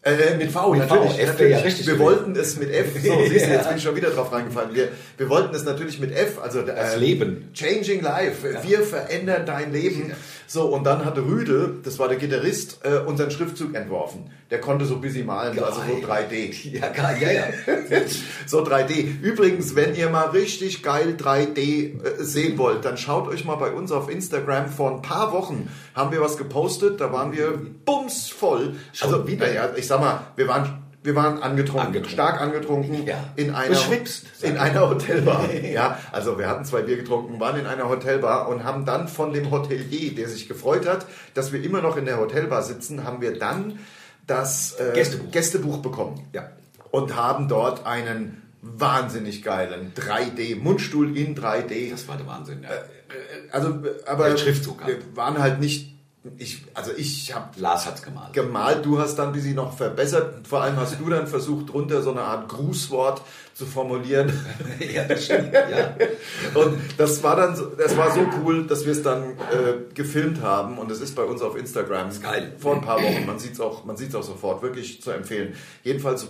Äh, mit V, Mit V. F natürlich. wär natürlich. ja richtig wir gewesen. wollten es mit F, so, siehst du, jetzt Ja. bin ich schon wieder drauf reingefallen. Wir, wir wollten es natürlich mit F, also Das Leben. Changing Life, wir verändern dein Leben. So, und dann hatte Rüde, das war der Gitarrist, äh, unseren Schriftzug entworfen. Der konnte so busy malen, also so 3D. Ja, geil, ja, ja. So 3D. Übrigens, wenn ihr mal richtig geil 3D äh, sehen wollt, dann schaut euch mal bei uns auf Instagram. Vor ein paar Wochen haben wir was gepostet, da waren wir bumsvoll. Schon also wieder? Ja, ich sag mal, wir waren wir waren angetrunken, Angetrunken. stark angetrunken Ja. in einer Beschwipst. in einer Hotelbar. ja, also wir hatten zwei Bier getrunken, waren in einer Hotelbar und haben dann von dem Hotelier, der sich gefreut hat, dass wir immer noch in der Hotelbar sitzen, haben wir dann das äh, Gästebuch. Gästebuch bekommen ja. und haben dort einen wahnsinnig geilen 3D-Mundstuhl in 3D. Das war der Wahnsinn, ja. Also, aber Mit Schriftzug wir waren halt nicht. Ich, also ich habe Lars hat's gemalt. gemalt, du hast dann ein bisschen noch verbessert. Vor allem hast du dann versucht, drunter so eine Art Grußwort zu formulieren. ja, das stimmt, ja. Und das war dann, so, das war so cool, dass wir es dann äh, gefilmt haben und es ist bei uns auf Instagram. Ist geil. Vor ein paar Wochen, man sieht es auch, man sieht's auch sofort, wirklich zu empfehlen. Jedenfalls, äh,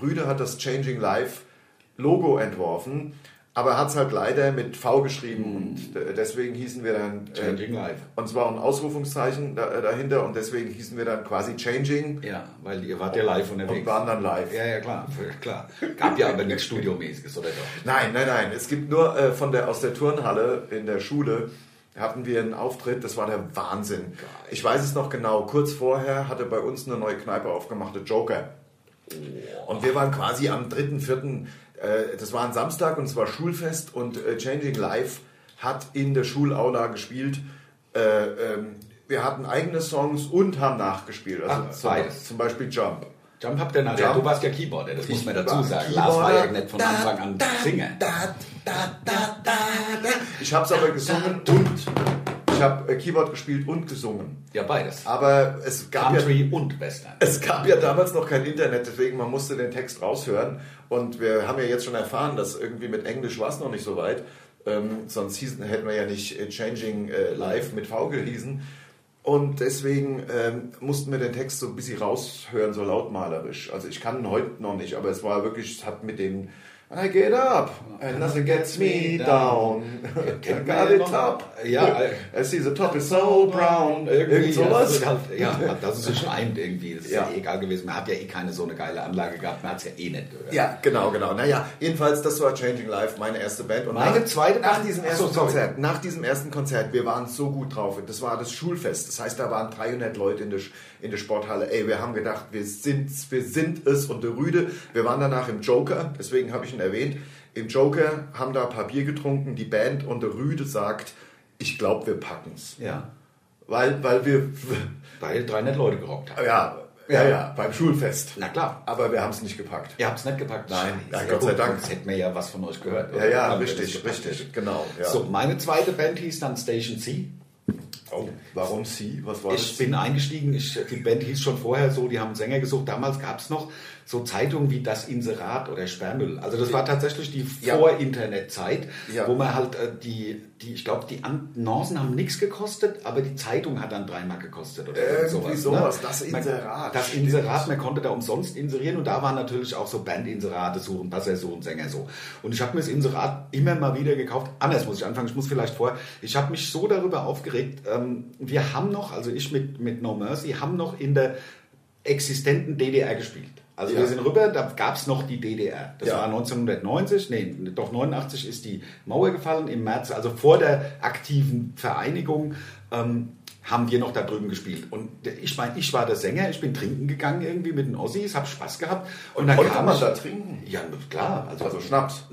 Rüde hat das Changing Life Logo entworfen, aber hat es halt leider mit V geschrieben und äh, deswegen hießen wir dann... Äh, Hm. Changing Life. und es war ein Ausrufungszeichen da, äh, dahinter und deswegen hießen wir dann quasi Changing Ja, weil ihr wart ja live und unterwegs. waren dann live. Ja, ja, klar, klar. Gab ja aber nichts Studiomäßiges, oder doch? Nein, nein, nein. Es gibt nur äh, von der, aus der Turnhalle in der Schule hatten wir einen Auftritt, das war der Wahnsinn. Ich weiß es noch genau, kurz vorher hatte bei uns eine neue Kneipe aufgemacht, der Joker. Oh. Und wir waren quasi am 3., 4., äh, das war ein Samstag und es war Schulfest und äh, Changing Life hat in der Schulaula gespielt. Äh, ähm, wir hatten eigene Songs und haben nachgespielt. Also Ach, zum, beides. zum Beispiel Jump. Jump habt ihr nachher. Jump. Du warst ja Keyboarder, das muss man dazu war sagen. Keyboarder. Lars war ja nicht von Anfang an Singer. Ich habe es aber gesungen und ich habe äh, Keyboard gespielt und gesungen. Ja, beides. Aber es gab Ah, ja Country und Western. es gab ja damals noch kein Internet, deswegen man musste den Text raushören. Und wir haben ja jetzt schon erfahren, dass irgendwie mit Englisch war es noch nicht so weit. Ähm, sonst hießen, hätten wir ja nicht äh, Changing äh, Live mit V gelesen. Und deswegen ähm, mussten wir den Text so ein bisschen raushören, so lautmalerisch. Also ich kann ihn heute noch nicht, aber es war wirklich, es hat mit dem I get up and nothing gets me down. I got it up. Ja, I see the top is so brown. Irgend das sowas. ist halt, ja, dass es sich reimt irgendwie. Das ist Ja. ja. eh egal gewesen. Man hat ja eh keine so eine geile Anlage gehabt. Man hat es ja eh nicht gehört. Ja, genau, genau. Naja, jedenfalls, das war Changing Life, meine erste Band. Und Meine nach, zweite nach Band? diesem Ach so, ersten sorry. Konzert, nach diesem ersten Konzert, wir waren so gut drauf. Das war das Schulfest. Das heißt, da waren 300 Leute in der, Sch- in der Sporthalle. Ey, wir haben gedacht, wir sind, wir sind es und der Rüde. Wir waren danach im Joker, deswegen habe ich ihn erwähnt. Im Joker haben da ein paar Bier getrunken, die Band und der Rüde sagt, ich glaube, wir packen's. ja. Weil, weil wir, Weil 300 Leute gerockt haben. ja, ja, ja, beim Schulfest. Na klar. Aber wir haben es nicht gepackt. Ihr habt es nicht gepackt. Nein, Scheiße. ja, Gott sei Dank. Sonst hätten wir ja was von euch gehört. Ja, ja, Haben wir das richtig, gepackt. richtig, genau. Ja. So, meine zweite Band hieß dann Station C. Oh, warum sie? Was war Ich bin eingestiegen, ich, die Band hieß schon vorher so, die haben einen Sänger gesucht. Damals gab es noch so Zeitungen wie Das Inserat oder Sperrmüll. Also das war tatsächlich die Ja. Vor-Internet-Zeit, Ja. wo man halt äh, die, die ich glaube, die Annoncen haben nichts gekostet, aber die Zeitung hat dann dreimal gekostet oder irgend Irgendwie sowas. sowas, ne? Das Man- Inserat, Das stimmt. Inserat, man konnte da umsonst inserieren und da waren natürlich auch so Bandinserate suchen, Passer suchen, Sänger so. Und ich habe mir das Inserat immer mal wieder gekauft. Anders muss ich anfangen, ich muss vielleicht vorher. Ich habe mich so darüber aufgeregt. Ähm, wir haben noch, also ich mit, mit No Mercy, haben noch in der existenten DDR gespielt. Also Ja. wir sind rüber, da gab es noch die DDR. Das Ja. war 1990, nee, doch 89 ist die Mauer gefallen im März, also vor der aktiven Vereinigung. Ähm, haben wir noch da drüben gespielt. Und ich meine, ich war der Sänger, ich bin trinken gegangen irgendwie mit den Ossis, hab Spaß gehabt. Und, dann Konnte kam man ich, da trinken? Ja, klar. Also, Also Schnaps.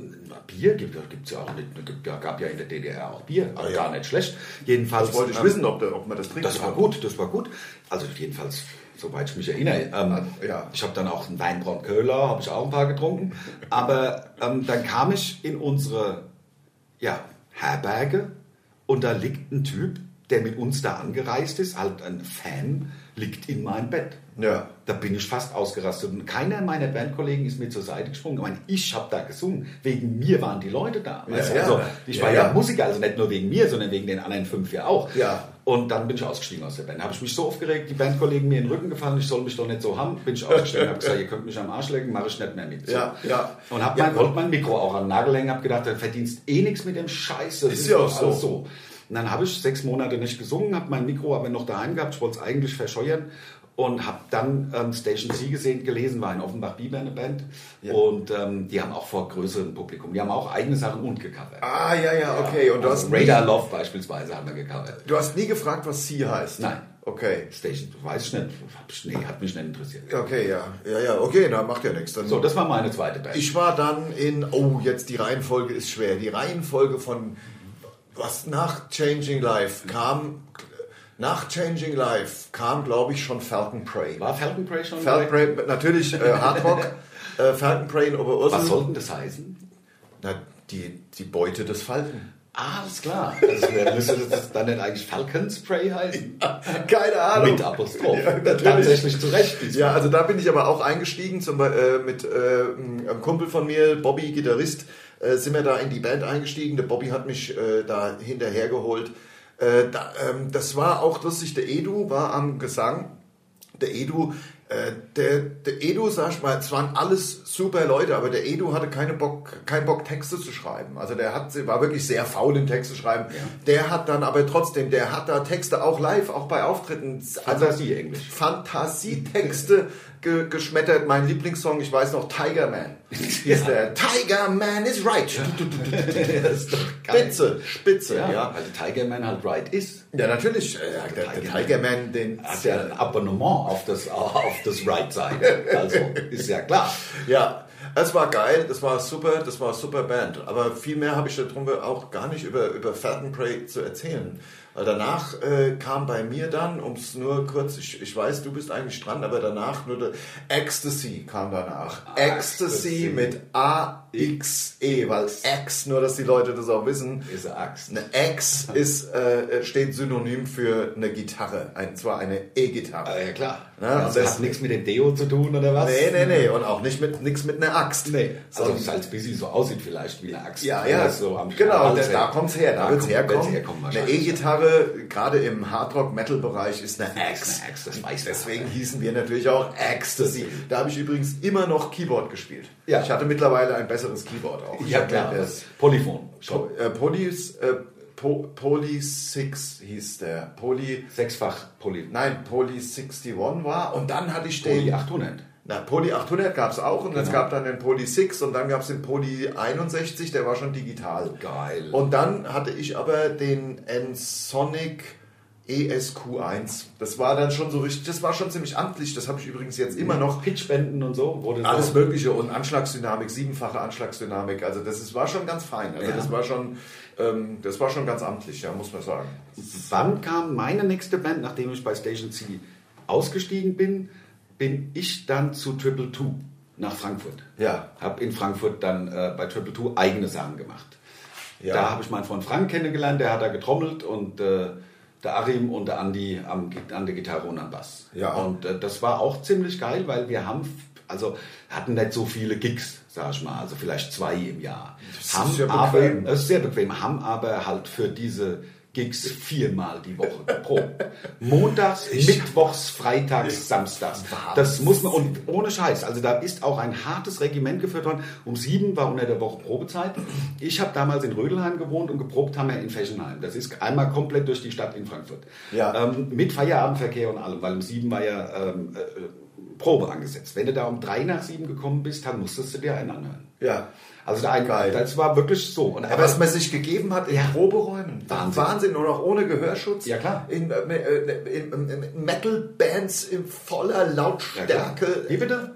Bier gibt es ja auch nicht. Gibt, ja, gab ja in der DDR auch Bier. Aber Ah, ja. gar nicht schlecht. Jedenfalls. Das wollte ich ähm, wissen, ob, da, ob man das trinken Das war gut, das war gut. Also jedenfalls, soweit ich mich erinnere. Ähm, Ja. Ich habe dann auch einen Weinbraun Köhler, habe ich auch ein paar getrunken. Aber ähm, dann kam ich in unsere ja, Herberge und da liegt ein Typ, der mit uns da angereist ist, halt ein Fan, liegt in meinem Bett. Ja. Da bin ich fast ausgerastet. Und keiner meiner Bandkollegen ist mir zur Seite gesprungen. Ich meine, ich habe da gesungen. Wegen mir waren die Leute da. Weißt du? ja. also, ich Ja, war ja, ja. Musiker, also nicht nur wegen mir, sondern wegen den anderen fünf ja auch. Ja. Und dann bin ich ausgestiegen aus der Band. Da habe ich mich so aufgeregt, die Bandkollegen mir in den Rücken gefallen, ich soll mich doch nicht so haben. Bin ich ausgestiegen, habe gesagt, ihr könnt mich am Arsch lecken, mache ich nicht mehr mit. So. Ja, ja. Und hab Ja. mein, wollte mein Mikro auch an den Nagel hängen, habe gedacht, du verdienst eh nichts mit dem Scheiß. Das Ist ja auch doch alles so. Und dann habe ich sechs Monate nicht gesungen, habe mein Mikro aber noch daheim gehabt, ich wollte es eigentlich verscheuern und habe dann ähm, Station C gesehen, gelesen, war in Offenbach-Bieber eine Band und ähm, die haben auch vor größerem Publikum, die haben auch eigene Sachen und gecovert. Ah, ja, ja, okay. Und du also hast, Radar nie, Love beispielsweise haben wir gecovert. du hast nie gefragt, was sie heißt? Nein. Okay. Station, weiß ich nicht, hab ich, nee, hat mich nicht interessiert. Okay, ja. Ja, ja, okay, na, macht ja nichts. Dann So, das war meine zweite Band. Ich war dann in, oh, jetzt die Reihenfolge ist schwer. Die Reihenfolge von, was nach Changing Life kam, nach Changing Life kam, glaube ich, schon Falcon Prey. war Falcon Prey schon Falcon direkt? Prey, natürlich äh, Hard Rock, äh, Falcon Prey in Oberursel. Was soll denn das heißen? Na, die, die Beute des Falken. Ah, alles klar. Also, wer müsste das dann denn eigentlich Falcon Spray heißen? Keine Ahnung. Mit Apostroph. Ja, natürlich. Tatsächlich zu Recht. Ja, also da bin ich aber auch eingestiegen, zum, Be- äh, mit äh, einem Kumpel von mir, Bobby, Gitarrist, äh, sind wir da in die Band eingestiegen. Der Bobby hat mich äh, da hinterhergeholt. Äh, da, ähm, das war auch lustig, der Edu war am Gesang. Der Edu, äh, der, der Edu, sag ich mal, es waren alles super Leute, aber der Edu hatte keine Bock, keinen Bock, Texte zu schreiben. Also der hat, war wirklich sehr faul im Text zu schreiben. Der hat dann aber trotzdem, der hat da Texte auch live, auch bei Auftritten. Also Fantasie Englisch. Fantasietexte ge geschmettert. Mein Lieblingssong, ich weiß noch, Tiger Man. Ist der Tiger Man is right. Das ist doch Spitze, spitze, Ja, ja. Weil der Tiger Man halt right ist. Ja, natürlich. äh, der, der Tiger Man. Tiger Man, den. Hat ja ein Abonnement auf das, auf das right sein. Also, ist ja klar. Ja, es war geil, das war super, das war super Band. Aber viel mehr habe ich darüber auch gar nicht über, über Fatten Prey zu erzählen. Weil danach äh, kam bei mir dann, um es nur kurz, ich, ich weiß, du bist eigentlich dran, aber danach nur der Ecstasy kam danach. Ecstasy Ah, Ecstasy. mit A-X-E, weil X, nur dass die Leute das auch wissen. Ist eine Axt. Ne, Eine X ist, äh, steht synonym für eine Gitarre, ein, zwar eine E-Gitarre. Ah, Ja, klar. Ja, Ja, und das das- hat nichts mit dem Deo zu tun, oder was? Nee, nee, nee, und auch nicht mit, nix mit einer Axt. Nee, also Sondern- es ist halt busy so aussieht vielleicht wie eine Axt. Ja, ja, Oder So am genau, Hals da, da kommt's her, da, wird's kommt- herkommen. wird's herkommen eine wahrscheinlich. E-Gitarre, gerade im Hardrock-Metal-Bereich, ist eine Axe. Ist eine Axt, das weiß man. Deswegen hießen wir natürlich auch Ecstasy. Da habe ich übrigens immer noch Keyboard gespielt. Ja. Ich hatte mittlerweile ein besseres Keyboard auch. Ich Ja, hatte klar. Das Das Polyphon. po, äh, Polys, äh, po, Poly 6 hieß der. Poly, Sechsfach Poly. nein, Poly 61 war und dann hatte ich den... Poly 800. Na, Poly 800 gab es auch und es Genau. gab dann den Poly 6 und dann gab es den Poly 61, der war schon digital. Geil. Und dann hatte ich aber den E Ensonic ESQ1. Das war dann schon so richtig, das war schon ziemlich amtlich, das habe ich übrigens jetzt immer noch. Pitchbänden und so. Wurde so- Alles Mögliche und Anschlagsdynamik, siebenfache Anschlagsdynamik, also das ist, war schon ganz fein. Also Ja. das war schon, ähm, das war schon ganz amtlich, ja, muss man sagen. Wann kam meine nächste Band, nachdem ich bei Station C ausgestiegen bin, bin ich dann zu Triple Two nach Frankfurt. Ja. Hab in Frankfurt dann äh, bei Triple Two eigene Sachen gemacht. Ja. Da habe ich meinen Freund Frank kennengelernt, der hat da getrommelt und äh, der Arim und der Andi am, Gi- an der Gitarre und am Bass. Ja. Und äh, das war auch ziemlich geil, weil wir haben, f- also hatten nicht so viele Gigs, sag ich mal, also vielleicht zwei im Jahr. Das haben ist ja aber, bequem. das ist Also sehr bequem, haben aber halt für diese Gigs viermal die Woche geprobt. Montags, Mittwochs, Freitags, Samstags. Das muss man, und ohne Scheiß, also da ist auch ein hartes Regiment geführt worden. Um sieben war unter der Woche Probezeit. Ich habe damals in Rödelheim gewohnt und geprobt haben wir in Fechenheim. Das ist einmal komplett durch die Stadt in Frankfurt. Ja. Ähm, mit Feierabendverkehr und allem, weil um sieben war ja ähm, äh, Probe angesetzt. Wenn du da um drei nach sieben gekommen bist, dann musstest du dir einen anhören. Ja. Also da ein, Geil. das war wirklich so. Und Aber was man sich gegeben hat in Ja. Proberäumen. Wahnsinn. Wahnsinn. Und auch ohne Gehörschutz. Ja, klar. In, äh, äh, in, in, in Metal-Bands in voller Lautstärke. Wie bitte?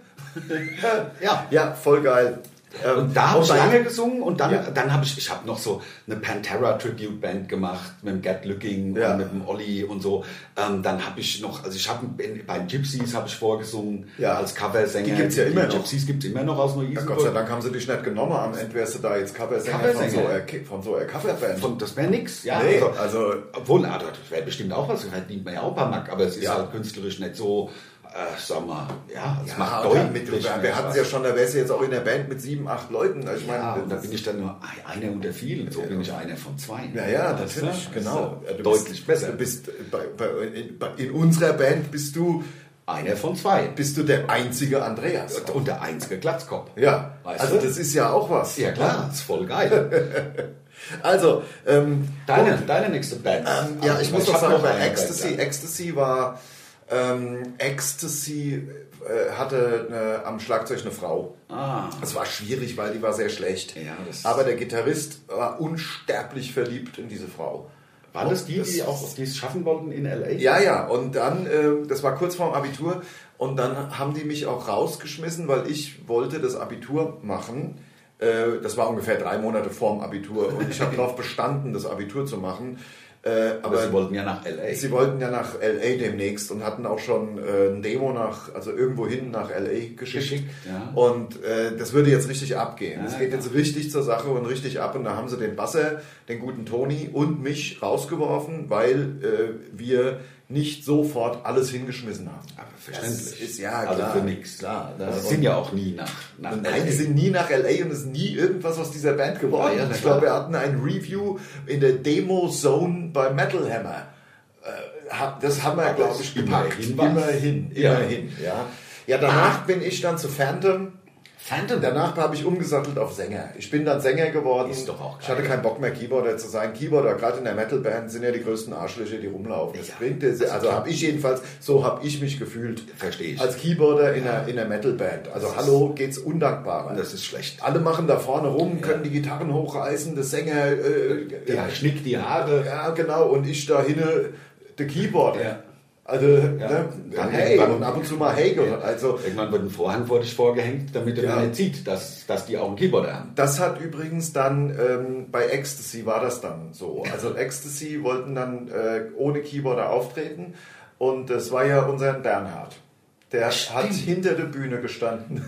ja. Ja, voll geil. Ähm, Und da habe auch ich bei- lange gesungen und dann, Ja. dann habe ich, ich habe noch so eine Pantera Tribute Band gemacht mit dem Gerd Lücking Ja. und mit dem Olli und so. Ähm, dann habe ich noch, also ich habe bei Gypsies habe ich vorgesungen Ja. als Coversänger. Die gibt's ja immer noch. Gypsies gibt es immer noch aus Ja, Neu-Isenburg. Gott sei Dank haben sie dich nicht genommen. Am Ende wärst du da jetzt Coversänger, Coversänger. Von, so einer, Ki- von so einer Coverband. Von, das wäre nix, ja. Nee, also, also- obwohl, ah, das wäre bestimmt auch was, das verdient man ja auch ein paar Mark, aber es ist Ja. halt künstlerisch nicht so, äh, sag mal, ja, es ja, macht und deutlich. dann mit, wir mehr hatten Spaß. es ja schon, da wärst du jetzt auch in der Band mit sieben, acht Leuten. Also Ich Ja, meine, und da bin ich dann nur ein- einer unter vielen, so bin ich einer von zwei. Ja, ja, Weißt du? natürlich, Das genau. ist, Ja, äh, du Deutlich bist, besser. Du bist bei, bei, in, bei, in unserer Band bist du, einer von zwei. bist du der einzige Andreas. Und der einzige Glatzkopf. Ja, Weißt also du? das ist ja auch was. Ja, klar, ist voll geil. Also, ähm, Deine, deine nächste Band. Ähm, ja, Also, ich muss doch hab sagen, bei eine Ecstasy, Band, ja. Ecstasy war, ähm, Ecstasy äh, hatte eine, am Schlagzeug eine Frau. Ah. Es war schwierig, weil die war sehr schlecht. Ja, das- Aber der Gitarrist war unsterblich verliebt in diese Frau. Waren das die, die Das- auch die es schaffen wollten in L.A.? Ja, ja, und dann, äh, das war kurz vorm Abitur, und dann haben die mich auch rausgeschmissen, weil ich wollte das Abitur machen. Äh, das war ungefähr drei Monate vorm Abitur und ich habe darauf bestanden, das Abitur zu machen. Äh, Aber aber sie wollten ja nach L.A. Sie wollten ja nach LA demnächst und hatten auch schon äh, ein Demo nach, also irgendwo hin nach LA geschickt. Geschickt, ja. Und äh, das würde jetzt richtig abgehen. Es Ja, geht ja. jetzt richtig zur Sache und richtig ab. Und da haben sie den Basser, den guten Toni und mich rausgeworfen, weil äh, wir nicht sofort alles hingeschmissen haben. Aber Das verständlich. ist ja Also klar. für nichts. Klar, ne? Also sie Und- sind ja auch nie nach, nach Nein, die sind nie nach LA und es ist nie irgendwas aus dieser Band geworden. Ja, ja, na ich glaube, wir klar. hatten ein Review in der Demo Zone bei Metal Hammer. Äh, ha- Das haben wir, Aber glaube es ich, immerhin gepackt. was. Immerhin, Ja. Ah. immerhin. Ja, ja danach bin ich dann zu Phantom. Phantom. Danach habe ich umgesattelt auf Sänger. Ich bin dann Sänger geworden. Ist doch auch ich hatte geil. keinen Bock mehr, Keyboarder zu sein. Keyboarder, gerade in der Metalband, sind ja die größten Arschlöcher, die rumlaufen. Das Ja. bringt dir, sehr- also habe ich jedenfalls, so habe ich mich gefühlt. Verstehe ich. Als Keyboarder in einer, in einer Metalband. Also Das ist- hallo, geht's undankbarer. Das ist schlecht. Alle machen da vorne rum, können die Gitarren hochreißen, der Sänger, äh, Der ja, schnickt die Haare. ja, genau, und ich da hinne, der Keyboarder. Ja. Also, ne, Dann hey, irgendwann- und ab und zu mal hey, Ja. also, Irgendwann wird ein Vorhang vor dich vorgehängt, damit er Ja. nicht sieht, dass, dass die auch einen Keyboarder haben. Das hat übrigens dann ähm, bei Ecstasy war das dann so. Also Ecstasy wollten dann äh, ohne Keyboarder auftreten und das war ja unser Bernhard. Der hat hinter der Bühne gestanden.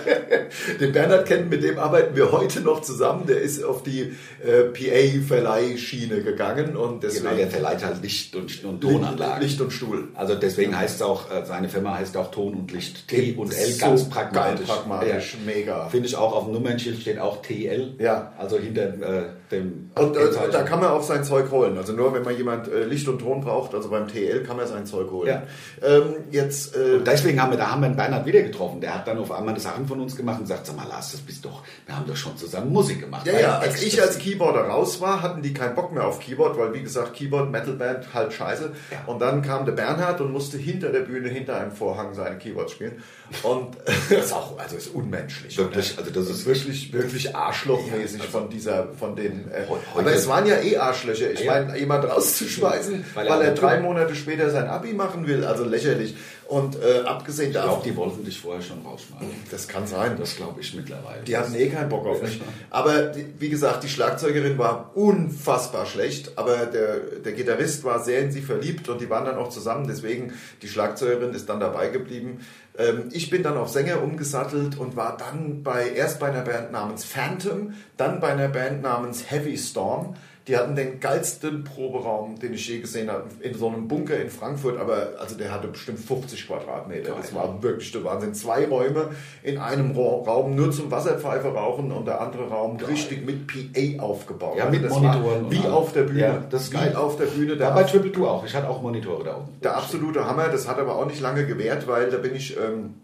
Den Bernhard kennen, mit dem arbeiten wir heute noch zusammen. Der ist auf die äh, PA-Verleihschiene gegangen und deswegen Genau, der verleiht halt Licht und, und Tonanlagen. Licht und Stuhl. Also deswegen heißt es auch, äh, seine Firma heißt auch Ton und Licht. T und L, So ganz pragmatisch. Geil, pragmatisch, mega. Ja. Finde ich auch, auf dem Nummernschild steht auch TL. Ja. Also hinter äh, dem Und äh, Kennzeichen. da kann man auch sein Zeug holen. Also nur wenn man jemand äh, Licht und Ton braucht, also beim TL kann man sein Zeug holen. Ja. Ähm, jetzt äh, Und deswegen haben wir, da haben wir den Bernhard wieder getroffen. Der hat dann auf einmal eine Sachen von uns gemacht und sagt, sag mal Lars, das bist doch, wir haben doch schon zusammen Musik gemacht. ja, Bei ja, als Ecstasy. ich als Keyboarder raus war, hatten die keinen Bock mehr auf Keyboard, weil wie gesagt, Keyboard, Metalband, halt scheiße. Ja. Und dann kam der Bernhard und musste hinter der Bühne, hinter einem Vorhang sein Keyboard spielen. Und das ist auch, also ist unmenschlich. Wirklich, also das ist wirklich, wirklich arschlochmäßig von dieser, von den. Äh, also Heu- heute- aber es waren ja eh Arschlöcher. Ich Ja, ja. meine, jemand rauszuschmeißen, weil Weil er, er nicht drei tut. Monate später sein Abi machen will, also lächerlich. Und äh, abgesehen Ich glaube, davon, die wollten dich vorher schon rausschmeißen. das kann sein. Das glaube ich mittlerweile. Die hatten eh keinen Bock auf mich. Aber die, wie gesagt, die Schlagzeugerin war unfassbar schlecht, aber der, der Gitarrist war sehr in sie verliebt und die waren dann auch zusammen. Deswegen, die Schlagzeugerin ist dann dabei geblieben. Ähm, ich bin dann auf Sänger umgesattelt und war dann bei, erst bei einer Band namens Phantom, dann bei einer Band namens Heavy Storm. Die hatten den geilsten Proberaum, den ich je gesehen habe, in so einem Bunker in Frankfurt, aber also der hatte bestimmt 50 Quadratmeter. Das war wirklich der Wahnsinn. Zwei Räume in einem Ra- Raum nur zum Wasserpfeife rauchen und der andere Raum richtig mit PA aufgebaut. Ja, Also mit das Monitoren War und wie allem. auf der Bühne. Ja, das ist wie geil. auf der Bühne. Da Der, bei Triple Two auch. Ich hatte auch Monitore da oben. der absolute Hammer. Das hat aber auch nicht lange gewährt, weil da bin ich, ähm,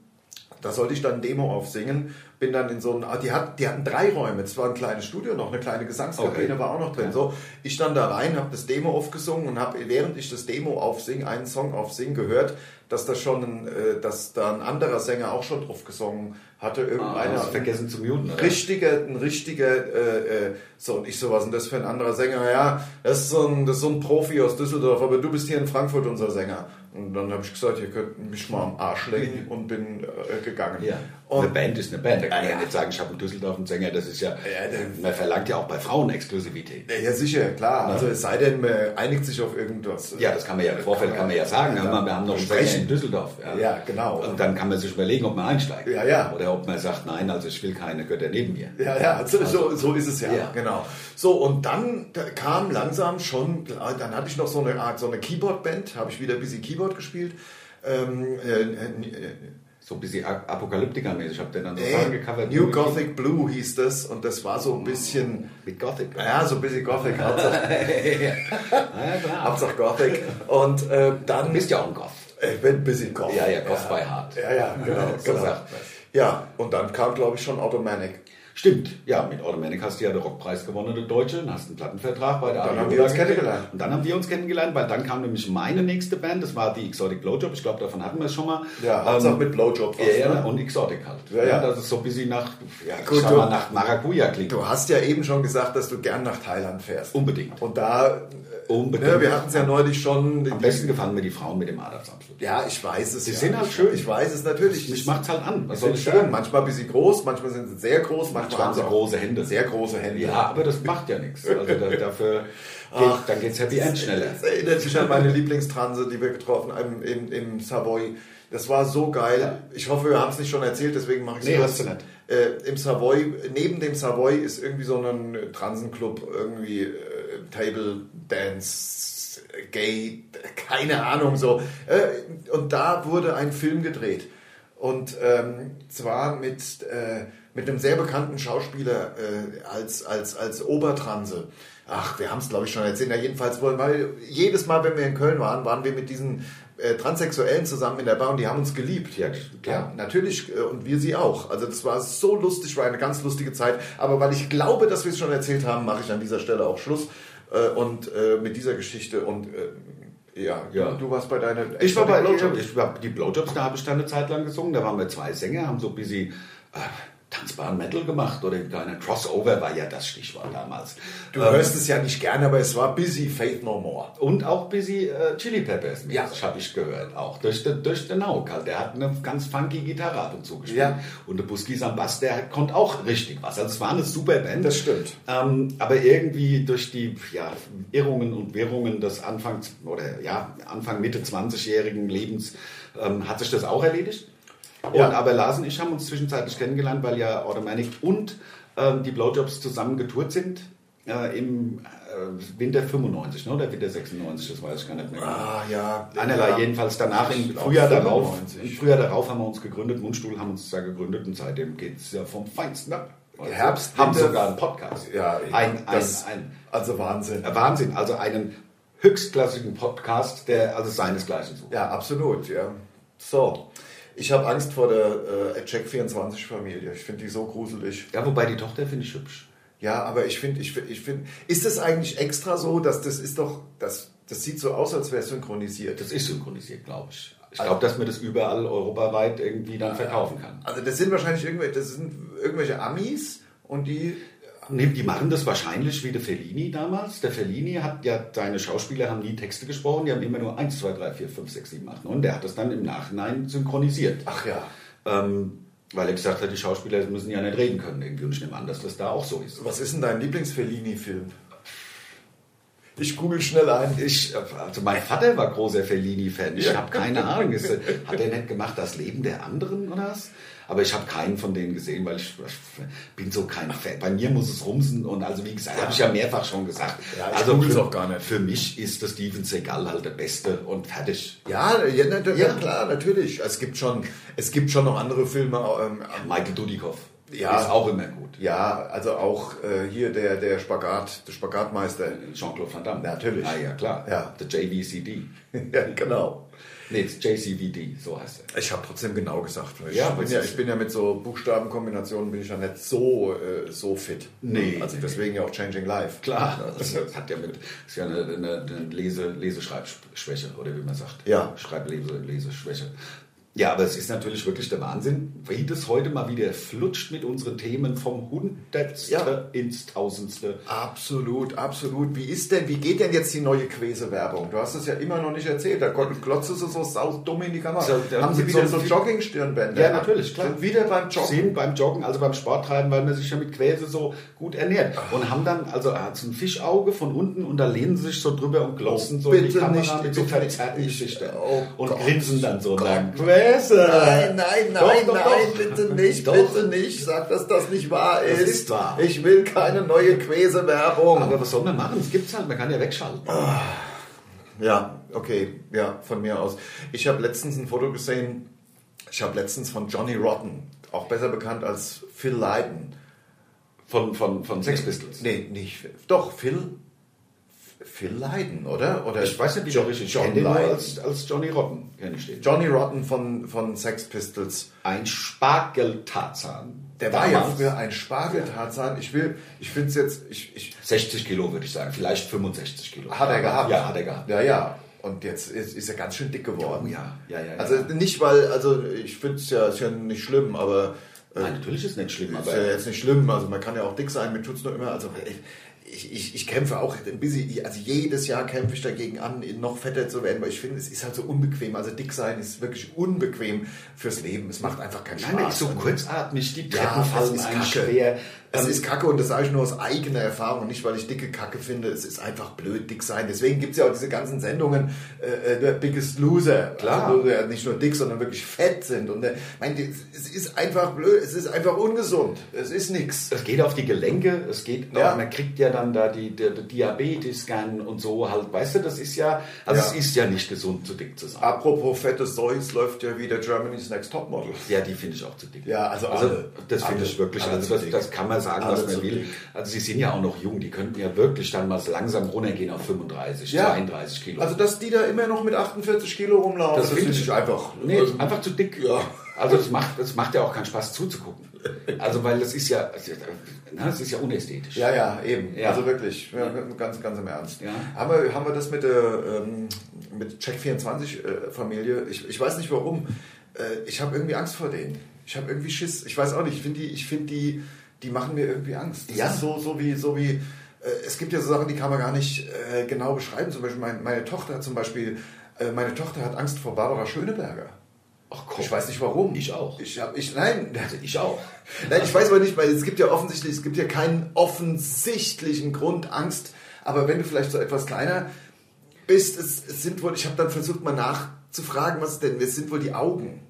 da sollte ich dann eine Demo aufsingen Bin dann in so einem, ah, die, hat, die hatten drei Räume. Es war ein kleines Studio noch, eine kleine Gesangskabine Okay. war auch noch drin. So, ich stand da rein, habe das Demo aufgesungen und habe, während ich das Demo aufsing, einen Song aufsing, gehört, dass da schon, ein, äh, dass da ein anderer Sänger auch schon drauf gesungen hatte. Irgendeiner, Einer Ah, vergessen zu muten. oder? richtiger, ein richtiger, äh, äh, so und ich so, was ist denn das für ein anderer Sänger? Ja, das ist, so ein, das ist so ein Profi aus Düsseldorf, aber du bist hier in Frankfurt unser Sänger. Und dann habe ich gesagt, ihr könnt mich mal am Arsch lecken und bin äh, gegangen. Ja. eine Und Band ist eine Band. Da kann man Ja. ja nicht sagen, ich habe einen Düsseldorf einen Sänger. Das ist ja, der- man verlangt ja auch bei Frauen Exklusivität. ja, sicher, klar. Also es sei denn, man einigt sich auf irgendwas. Ja, das kann man ja im Vorfeld kann man ja sagen. Hör mal, wir haben noch einen Sänger in Düsseldorf. Ja, genau. Und dann kann man sich überlegen, ob man einsteigt. Ja, ja. Oder ob man sagt, nein, also ich will keine Götter neben mir. Ja, ja, so, so, so ist es ja. Also. Ja. Genau. So, und dann da kam langsam schon, dann hatte ich noch so eine Art, so eine Keyboard-Band, habe ich wieder ein bisschen Keyboard gespielt. Ähm, äh, äh, So ein bisschen A- Apokalyptiker-mäßig. Ich habe den dann so äh, Sachen gecovert. New Mit- Gothic Blue hieß das und das war so ein bisschen, Mit Gothic. ja, so ein bisschen Gothic, Hauptsache, Ja, klar. Hauptsache Gothic. Und äh, dann, äh, Du bist ja auch ein Goth. ich bin ein bisschen Gothic. Ja, ja, Goth by Heart. Ja, ja, genau. So genau. sagt man's. Ja, und dann kam, glaube ich, schon Automatic. Stimmt, ja, mit Automatic hast du ja den Rockpreis gewonnen, der Deutsche, und hast einen Plattenvertrag bei der Dann Aviola haben wir uns gekriegt. kennengelernt. Und dann haben wir uns kennengelernt, weil dann kam nämlich meine nächste Band, das war die Exotic Blowjob, ich glaube, davon hatten wir es schon mal. Ähm, Ja, Hauptsache mit Blowjob. ja, fast, ja, ne? und Exotic halt. Ja, ja. Das ist so ein bisschen nach, ja, gut, ich sag mal, du- nach Maracuja klingt. Du hast ja eben schon gesagt, dass du gern nach Thailand fährst. Unbedingt. Und da, äh, Unbedingt. ne, wir hatten es ja neulich schon. Am die- besten gefallen mir die Frauen mit dem Adamsapfel. Ja, ich weiß es. Die ja. sind halt Ich- schön. Ich weiß es natürlich. Mich macht's halt an, was Die soll sind ich schön. sagen? Manchmal ein bisschen groß, manchmal sind sie sehr groß, manchmal Manchmal haben sie auch große Hände. Sehr große Hände. Ja, aber das macht ja nichts. Also da, dafür geht, dann geht's Happy End schneller. Das erinnert mich an meine Lieblingstranse, die wir getroffen haben im, im, im Savoy. Das war so geil. Ich hoffe, wir haben es nicht schon erzählt, deswegen mache ich es Nee, hast du nicht. Äh, Im Savoy, neben dem Savoy ist irgendwie so ein Transenclub, irgendwie äh, Table Dance, äh, Gay, keine Ahnung so. Äh, und da wurde ein Film gedreht. Und ähm, zwar mit, äh, mit einem sehr bekannten Schauspieler äh, als, als, als Obertranse. Ach, wir haben es, glaube ich, schon erzählt. Ja, jedenfalls wollen weil jedes Mal, wenn wir in Köln waren, waren wir mit diesen äh, Transsexuellen zusammen in der Bar und die haben uns geliebt. Ja, Ja, klar. natürlich äh, und wir sie auch. Also das war so lustig, war eine ganz lustige Zeit. Aber weil ich glaube, dass wir es schon erzählt haben, mache ich an dieser Stelle auch Schluss äh, und äh, mit dieser Geschichte und äh, ja, Ja. Du, warst bei deiner. Ich war bei Blowjob. Blowjobs. Ich hab die Blowjobs, da habe ich dann eine Zeit lang gesungen. Da waren wir zwei Sänger, haben so ein bisschen äh, tanzbaren Metal gemacht oder kleine Crossover war ja das Stichwort damals. Du hörst Ähm. es ja nicht gerne, aber es war busy Faith No More. Und auch ein bisschen äh, Chili Peppers, Ja. ja. habe ich gehört, auch durch den, durch den Nauk. halt. Der hat eine ganz funky Gitarre ab und zu gespielt. Ja. Und der Buskis am Bass, der konnte auch richtig was. Also es war eine super Band. Das stimmt. Ähm, aber irgendwie durch die ja, Irrungen und Wirrungen des Anfangs oder ja, Anfang Mitte 20-jährigen Lebens ähm, hat sich das auch erledigt. Und Ja. aber Lars und ich haben uns zwischenzeitlich kennengelernt, weil ja Automatic und ähm, die Blowjobs zusammen getourt sind. Äh, Im äh, Winter 95 ne, oder Winter 96, das weiß ich gar nicht mehr. genau. Ah ja. Einerlei, ja. jedenfalls danach, Ich im glaub, Frühjahr darauf, 95. im Frühjahr darauf haben wir uns gegründet, Mundstuhl haben uns da gegründet und seitdem geht es ja vom Feinsten ab. Also, Herbst, haben Winter- sogar einen Podcast. Ja, ein, ein, das- ein, Also Wahnsinn. Wahnsinn, also einen höchstklassigen Podcast, der also seinesgleichen sucht. Ja, absolut, ja. So. Ich habe Angst vor der äh, Check24-Familie. Ich finde die so gruselig. Ja, wobei die Tochter finde ich hübsch. Ja, aber ich finde, ich, find- ich finde, ist das eigentlich extra so, dass das ist doch, das, das sieht so aus, als wäre es synchronisiert. Das ist synchronisiert, glaube ich. Ich glaube, dass man das überall europaweit irgendwie dann verkaufen kann. Also das sind wahrscheinlich irgendwelche, das sind irgendwelche Amis und die Nee, die machen das wahrscheinlich wie der Fellini damals. Der Fellini hat ja, seine Schauspieler haben nie Texte gesprochen, die haben immer nur 1, 2, 3, 4, 5, 6, 7, 8, 9. Der hat das dann im Nachhinein synchronisiert. Ach ja. Ähm, weil er gesagt hat, die Schauspieler müssen ja nicht reden können irgendwie. Und ich nehme an, dass das da auch so ist. Was ist denn dein Lieblings-Fellini-Film? Ich google schnell ein. Ich, äh, also mein Vater war großer Fellini-Fan. Ich habe keine Ahnung. Ist, äh, hat er nicht gemacht, das Leben der anderen oder was? Aber ich habe keinen von denen gesehen, weil ich, ich bin so kein Fan. Bei mir muss es rumsen und also wie gesagt, habe ich ja mehrfach schon gesagt. Ja, ich also googel's für, auch gar nicht. für mich ist der Steven Seagal halt der Beste und fertig. Ja, ja, nat- ja, klar, natürlich. Es gibt schon, es gibt schon noch andere Filme. Ähm, Michael Dudikoff. Ja. Ist auch immer gut. Ja, also auch äh, hier der, der Spagat, der Spagatmeister. Jean-Claude Van Damme. Natürlich. Ah ja, klar. Ja. Der JVCD. ja, genau. Nee, das JCVD, so heißt er. Ich habe trotzdem genau gesagt. Ich, Ja, bin was ja, ist- ich bin ja mit so Buchstabenkombinationen bin ich ja nicht so, äh, so fit. Nee. Also deswegen ja auch Changing Life. Klar, das hat ja mit, ist ja eine, eine, eine Lese, Leseschreibschwäche, oder wie man sagt. Ja. Schreiblese, Leseschwäche. Ja, aber es ist natürlich wirklich der Wahnsinn, wie das heute mal wieder flutscht mit unseren Themen vom Hundertste Ja. ins Tausendste. Absolut, absolut. Wie ist denn, wie geht denn jetzt die neue Quese-Werbung? Du hast es ja immer noch nicht erzählt. Da kon- klotzt es so saudumm in die Kamera. So, da Haben sie mit wieder so so viel- Jogging-Stirnbänder? Ja, natürlich, klar. Sind wieder beim Joggen. Sind beim Joggen, also beim Sport treiben, weil man sich ja mit Quäse so gut ernährt. Und haben dann, also er hat so ein Fischauge von unten und da lehnen sie sich so drüber und glotzen so in die Oh, Bitte Kamera nicht, mit so bitte verzerrten nicht. Gesichtern. Oh und Gott. grinsen dann so und Gott. sagen, Quäse! Nein, nein, Doch, nein, doch, nein, doch. bitte nicht, Doch. bitte nicht. Sag, dass das nicht wahr Das ist. ist wahr. Ich will keine neue Quäse-Werbung. Aber was soll man machen? Es gibt's halt, man kann ja wegschalten. Ja, okay, ja, von mir aus. Ich habe letztens ein Foto gesehen. Ich habe letztens von Johnny Rotten, auch besser bekannt als Phil Leiden. Von, von, von Sex Pistols. Nee, nicht. Doch, Phil. Phil Leiden, oder? oder Ich weiß nicht, wie Jo- der richtig John John den nur Lydon. als, als Johnny Rotten kenne ich den. Johnny Rotten von, von Sex Pistols. Ein Spargeltarzan. Der war ja Damals früher ein Spargeltarzan. Ich will, ich finde es jetzt, ich, ich, 60 Kilo, würde ich sagen. Vielleicht 65 Kilo. Hat er gehabt. Ja, hat er gehabt. Ja, ja. Und jetzt ist, ist er ganz schön dick geworden. Oh ja. Ja, ja, ja. Also nicht, weil, also ich finde es ja, ist ja nicht schlimm, aber äh, Nein, natürlich ist nicht schlimm, ist ja aber jetzt nicht schlimm. Also man kann ja auch dick sein, mir tut es nur immer, also ich, ich, ich kämpfe auch ein bisschen, also jedes Jahr kämpfe ich dagegen an, noch fetter zu werden, weil ich finde, es ist halt so unbequem. Also dick sein ist wirklich unbequem fürs Leben. Es macht einfach keinen Spaß. Nein, ist so Und- kurzatmig, die Treppen ja, es fallen ist einem Kacke. schwer. Es Ähm, ist Kacke und das sage ich nur aus eigener Erfahrung, nicht weil ich dicke Kacke finde. Es ist einfach blöd, dick sein. Deswegen gibt es ja auch diese ganzen Sendungen, äh, äh, der Biggest Loser. Klar. Also, wo ja nicht nur dick, sondern wirklich fett sind. Und äh, mein, es ist einfach blöd, es ist einfach ungesund. Es ist nix. es geht auf die Gelenke, es geht, äh, Ja. man kriegt ja dann da die, die, die Diabetes gern und so halt, weißt du, das ist ja, also Ja. es ist ja nicht gesund, zu dick zu sein. Apropos fette Zeus läuft ja wieder Germany's Next Topmodel. Ja, die finde ich auch zu dick. Ja, also alle. das finde Alle. ich wirklich, Alle also zu das, dick. das kann man sagen, Alle was zu man will. dick. Also sie sind ja auch noch jung, die könnten ja wirklich dann mal so langsam runtergehen auf 35, Ja. 32 Kilo. Also, dass die da immer noch mit 48 Kilo rumlaufen, Das finde ich- einfach. Nee, also, einfach zu dick. Ja. Also das macht, das macht ja auch keinen Spaß zuzugucken. Also weil das ist ja, na, das ist ja unästhetisch. Ja, ja, eben. Ja. Also wirklich, ja, ganz, ganz im Ernst. Ja. Haben, wir, haben wir das mit der ähm, mit Check24-Familie? ich, ich weiß nicht warum. Äh, ich habe irgendwie Angst vor denen. Ich habe irgendwie Schiss. Ich weiß auch nicht. Ich finde die, ich find die, die machen mir irgendwie Angst. Das Ja. ist so, so wie, so wie äh, es gibt ja so Sachen, die kann man gar nicht äh, genau beschreiben. Zum Beispiel mein, meine Tochter hat zum Beispiel, äh, meine Tochter hat Angst vor Barbara Schöneberger. Ach komm. Ich weiß nicht warum. Oh. Ich auch. Ich hab, ich, nein, Also ich auch. Nein, ich weiß aber nicht, weil es gibt ja offensichtlich, es gibt ja keinen offensichtlichen Grund, Angst. Aber wenn du vielleicht so etwas kleiner bist, es, es sind wohl, ich habe dann versucht mal nachzufragen, was es denn, es sind wohl die Augen.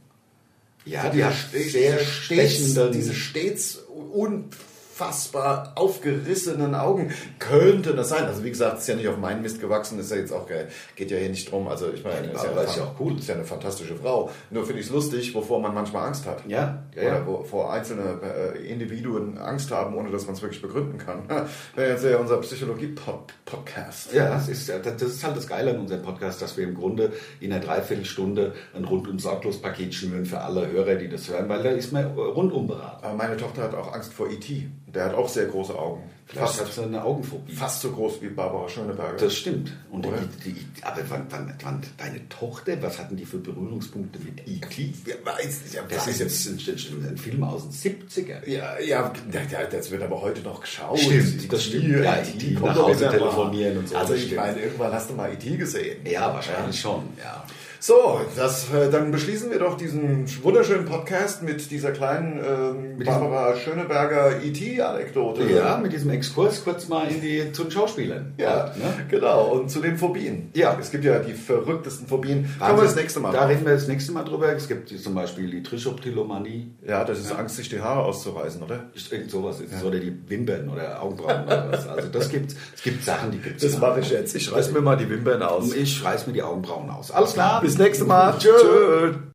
Ja, die hat Ste- sehr stets, stechenden, diese stets unfassbar aufgerissenen Augen. Könnte das sein? Also wie gesagt, ist ja nicht auf meinen Mist gewachsen, ist ja jetzt auch geil. Geht ja hier nicht drum. Also ich meine, die ist, ja Barbara eine ist ja fan- auch cool. ist ja eine fantastische Frau. Nur finde ich es lustig, wovor man manchmal Angst hat. Ja, ja, Oder ja. wo, vor einzelne äh, Individuen Angst haben, ohne dass man es wirklich begründen kann. Wäre jetzt ja unser Psychologie-Podcast. Ja, das ist, ja- das ist halt das Geile an unserem Podcast, dass wir im Grunde in einer Dreiviertelstunde ein rundum sorglos Paket schnüren für alle Hörer, die das hören, weil da ist man äh, rundum beraten. Aber meine Tochter hat auch Angst vor E.T. Der hat auch sehr große Augen. Vielleicht Fast, hat sie eine Augenphobie. fast so groß wie Barbara Schöneberger. Das stimmt. Und Oder? die, die, aber wann, wann, wann, deine Tochter, was hatten die für Berührungspunkte mit E.T.? Wer weiß, ich hab Das keine- ist jetzt ein, ein, ein Film aus den 70er. Ja, ja, ja, ja, das wird aber heute noch geschaut. Stimmt, das stimmt. Die, Ja, ja, die, die kommt nach doch Hause wieder mal. telefonieren und so, Also das ich stimmt. meine, irgendwann hast du mal IT gesehen. Ja, wahrscheinlich schon. Ja. So, das, äh, dann beschließen wir doch diesen wunderschönen Podcast mit dieser kleinen ähm, Mit diesem- Barbara Schöneberger E IT-Anekdote. ja, mit diesem Exkurs kurz mal in die, zu den Schauspielern. Ja, Ne? genau. Und zu den Phobien. Ja. Es gibt ja die verrücktesten Phobien. Können Wahnsinn. wir das nächste Mal Da machen. reden wir das nächste Mal drüber. Es gibt die- zum Beispiel die Trichoptilomanie. Ja, das ist Angst, sich die Haare auszureißen, oder? Irgend sowas ist es. Oder die Wimpern oder Augenbrauen oder was. Also das gibt's. Es gibt Sachen, die gibt's. Das mache ich jetzt. Ich reiß mir mal die Wimpern aus. Ich reiß mir die Augenbrauen aus. Alles klar. Bis nächste Mal. Tschö. Tschö.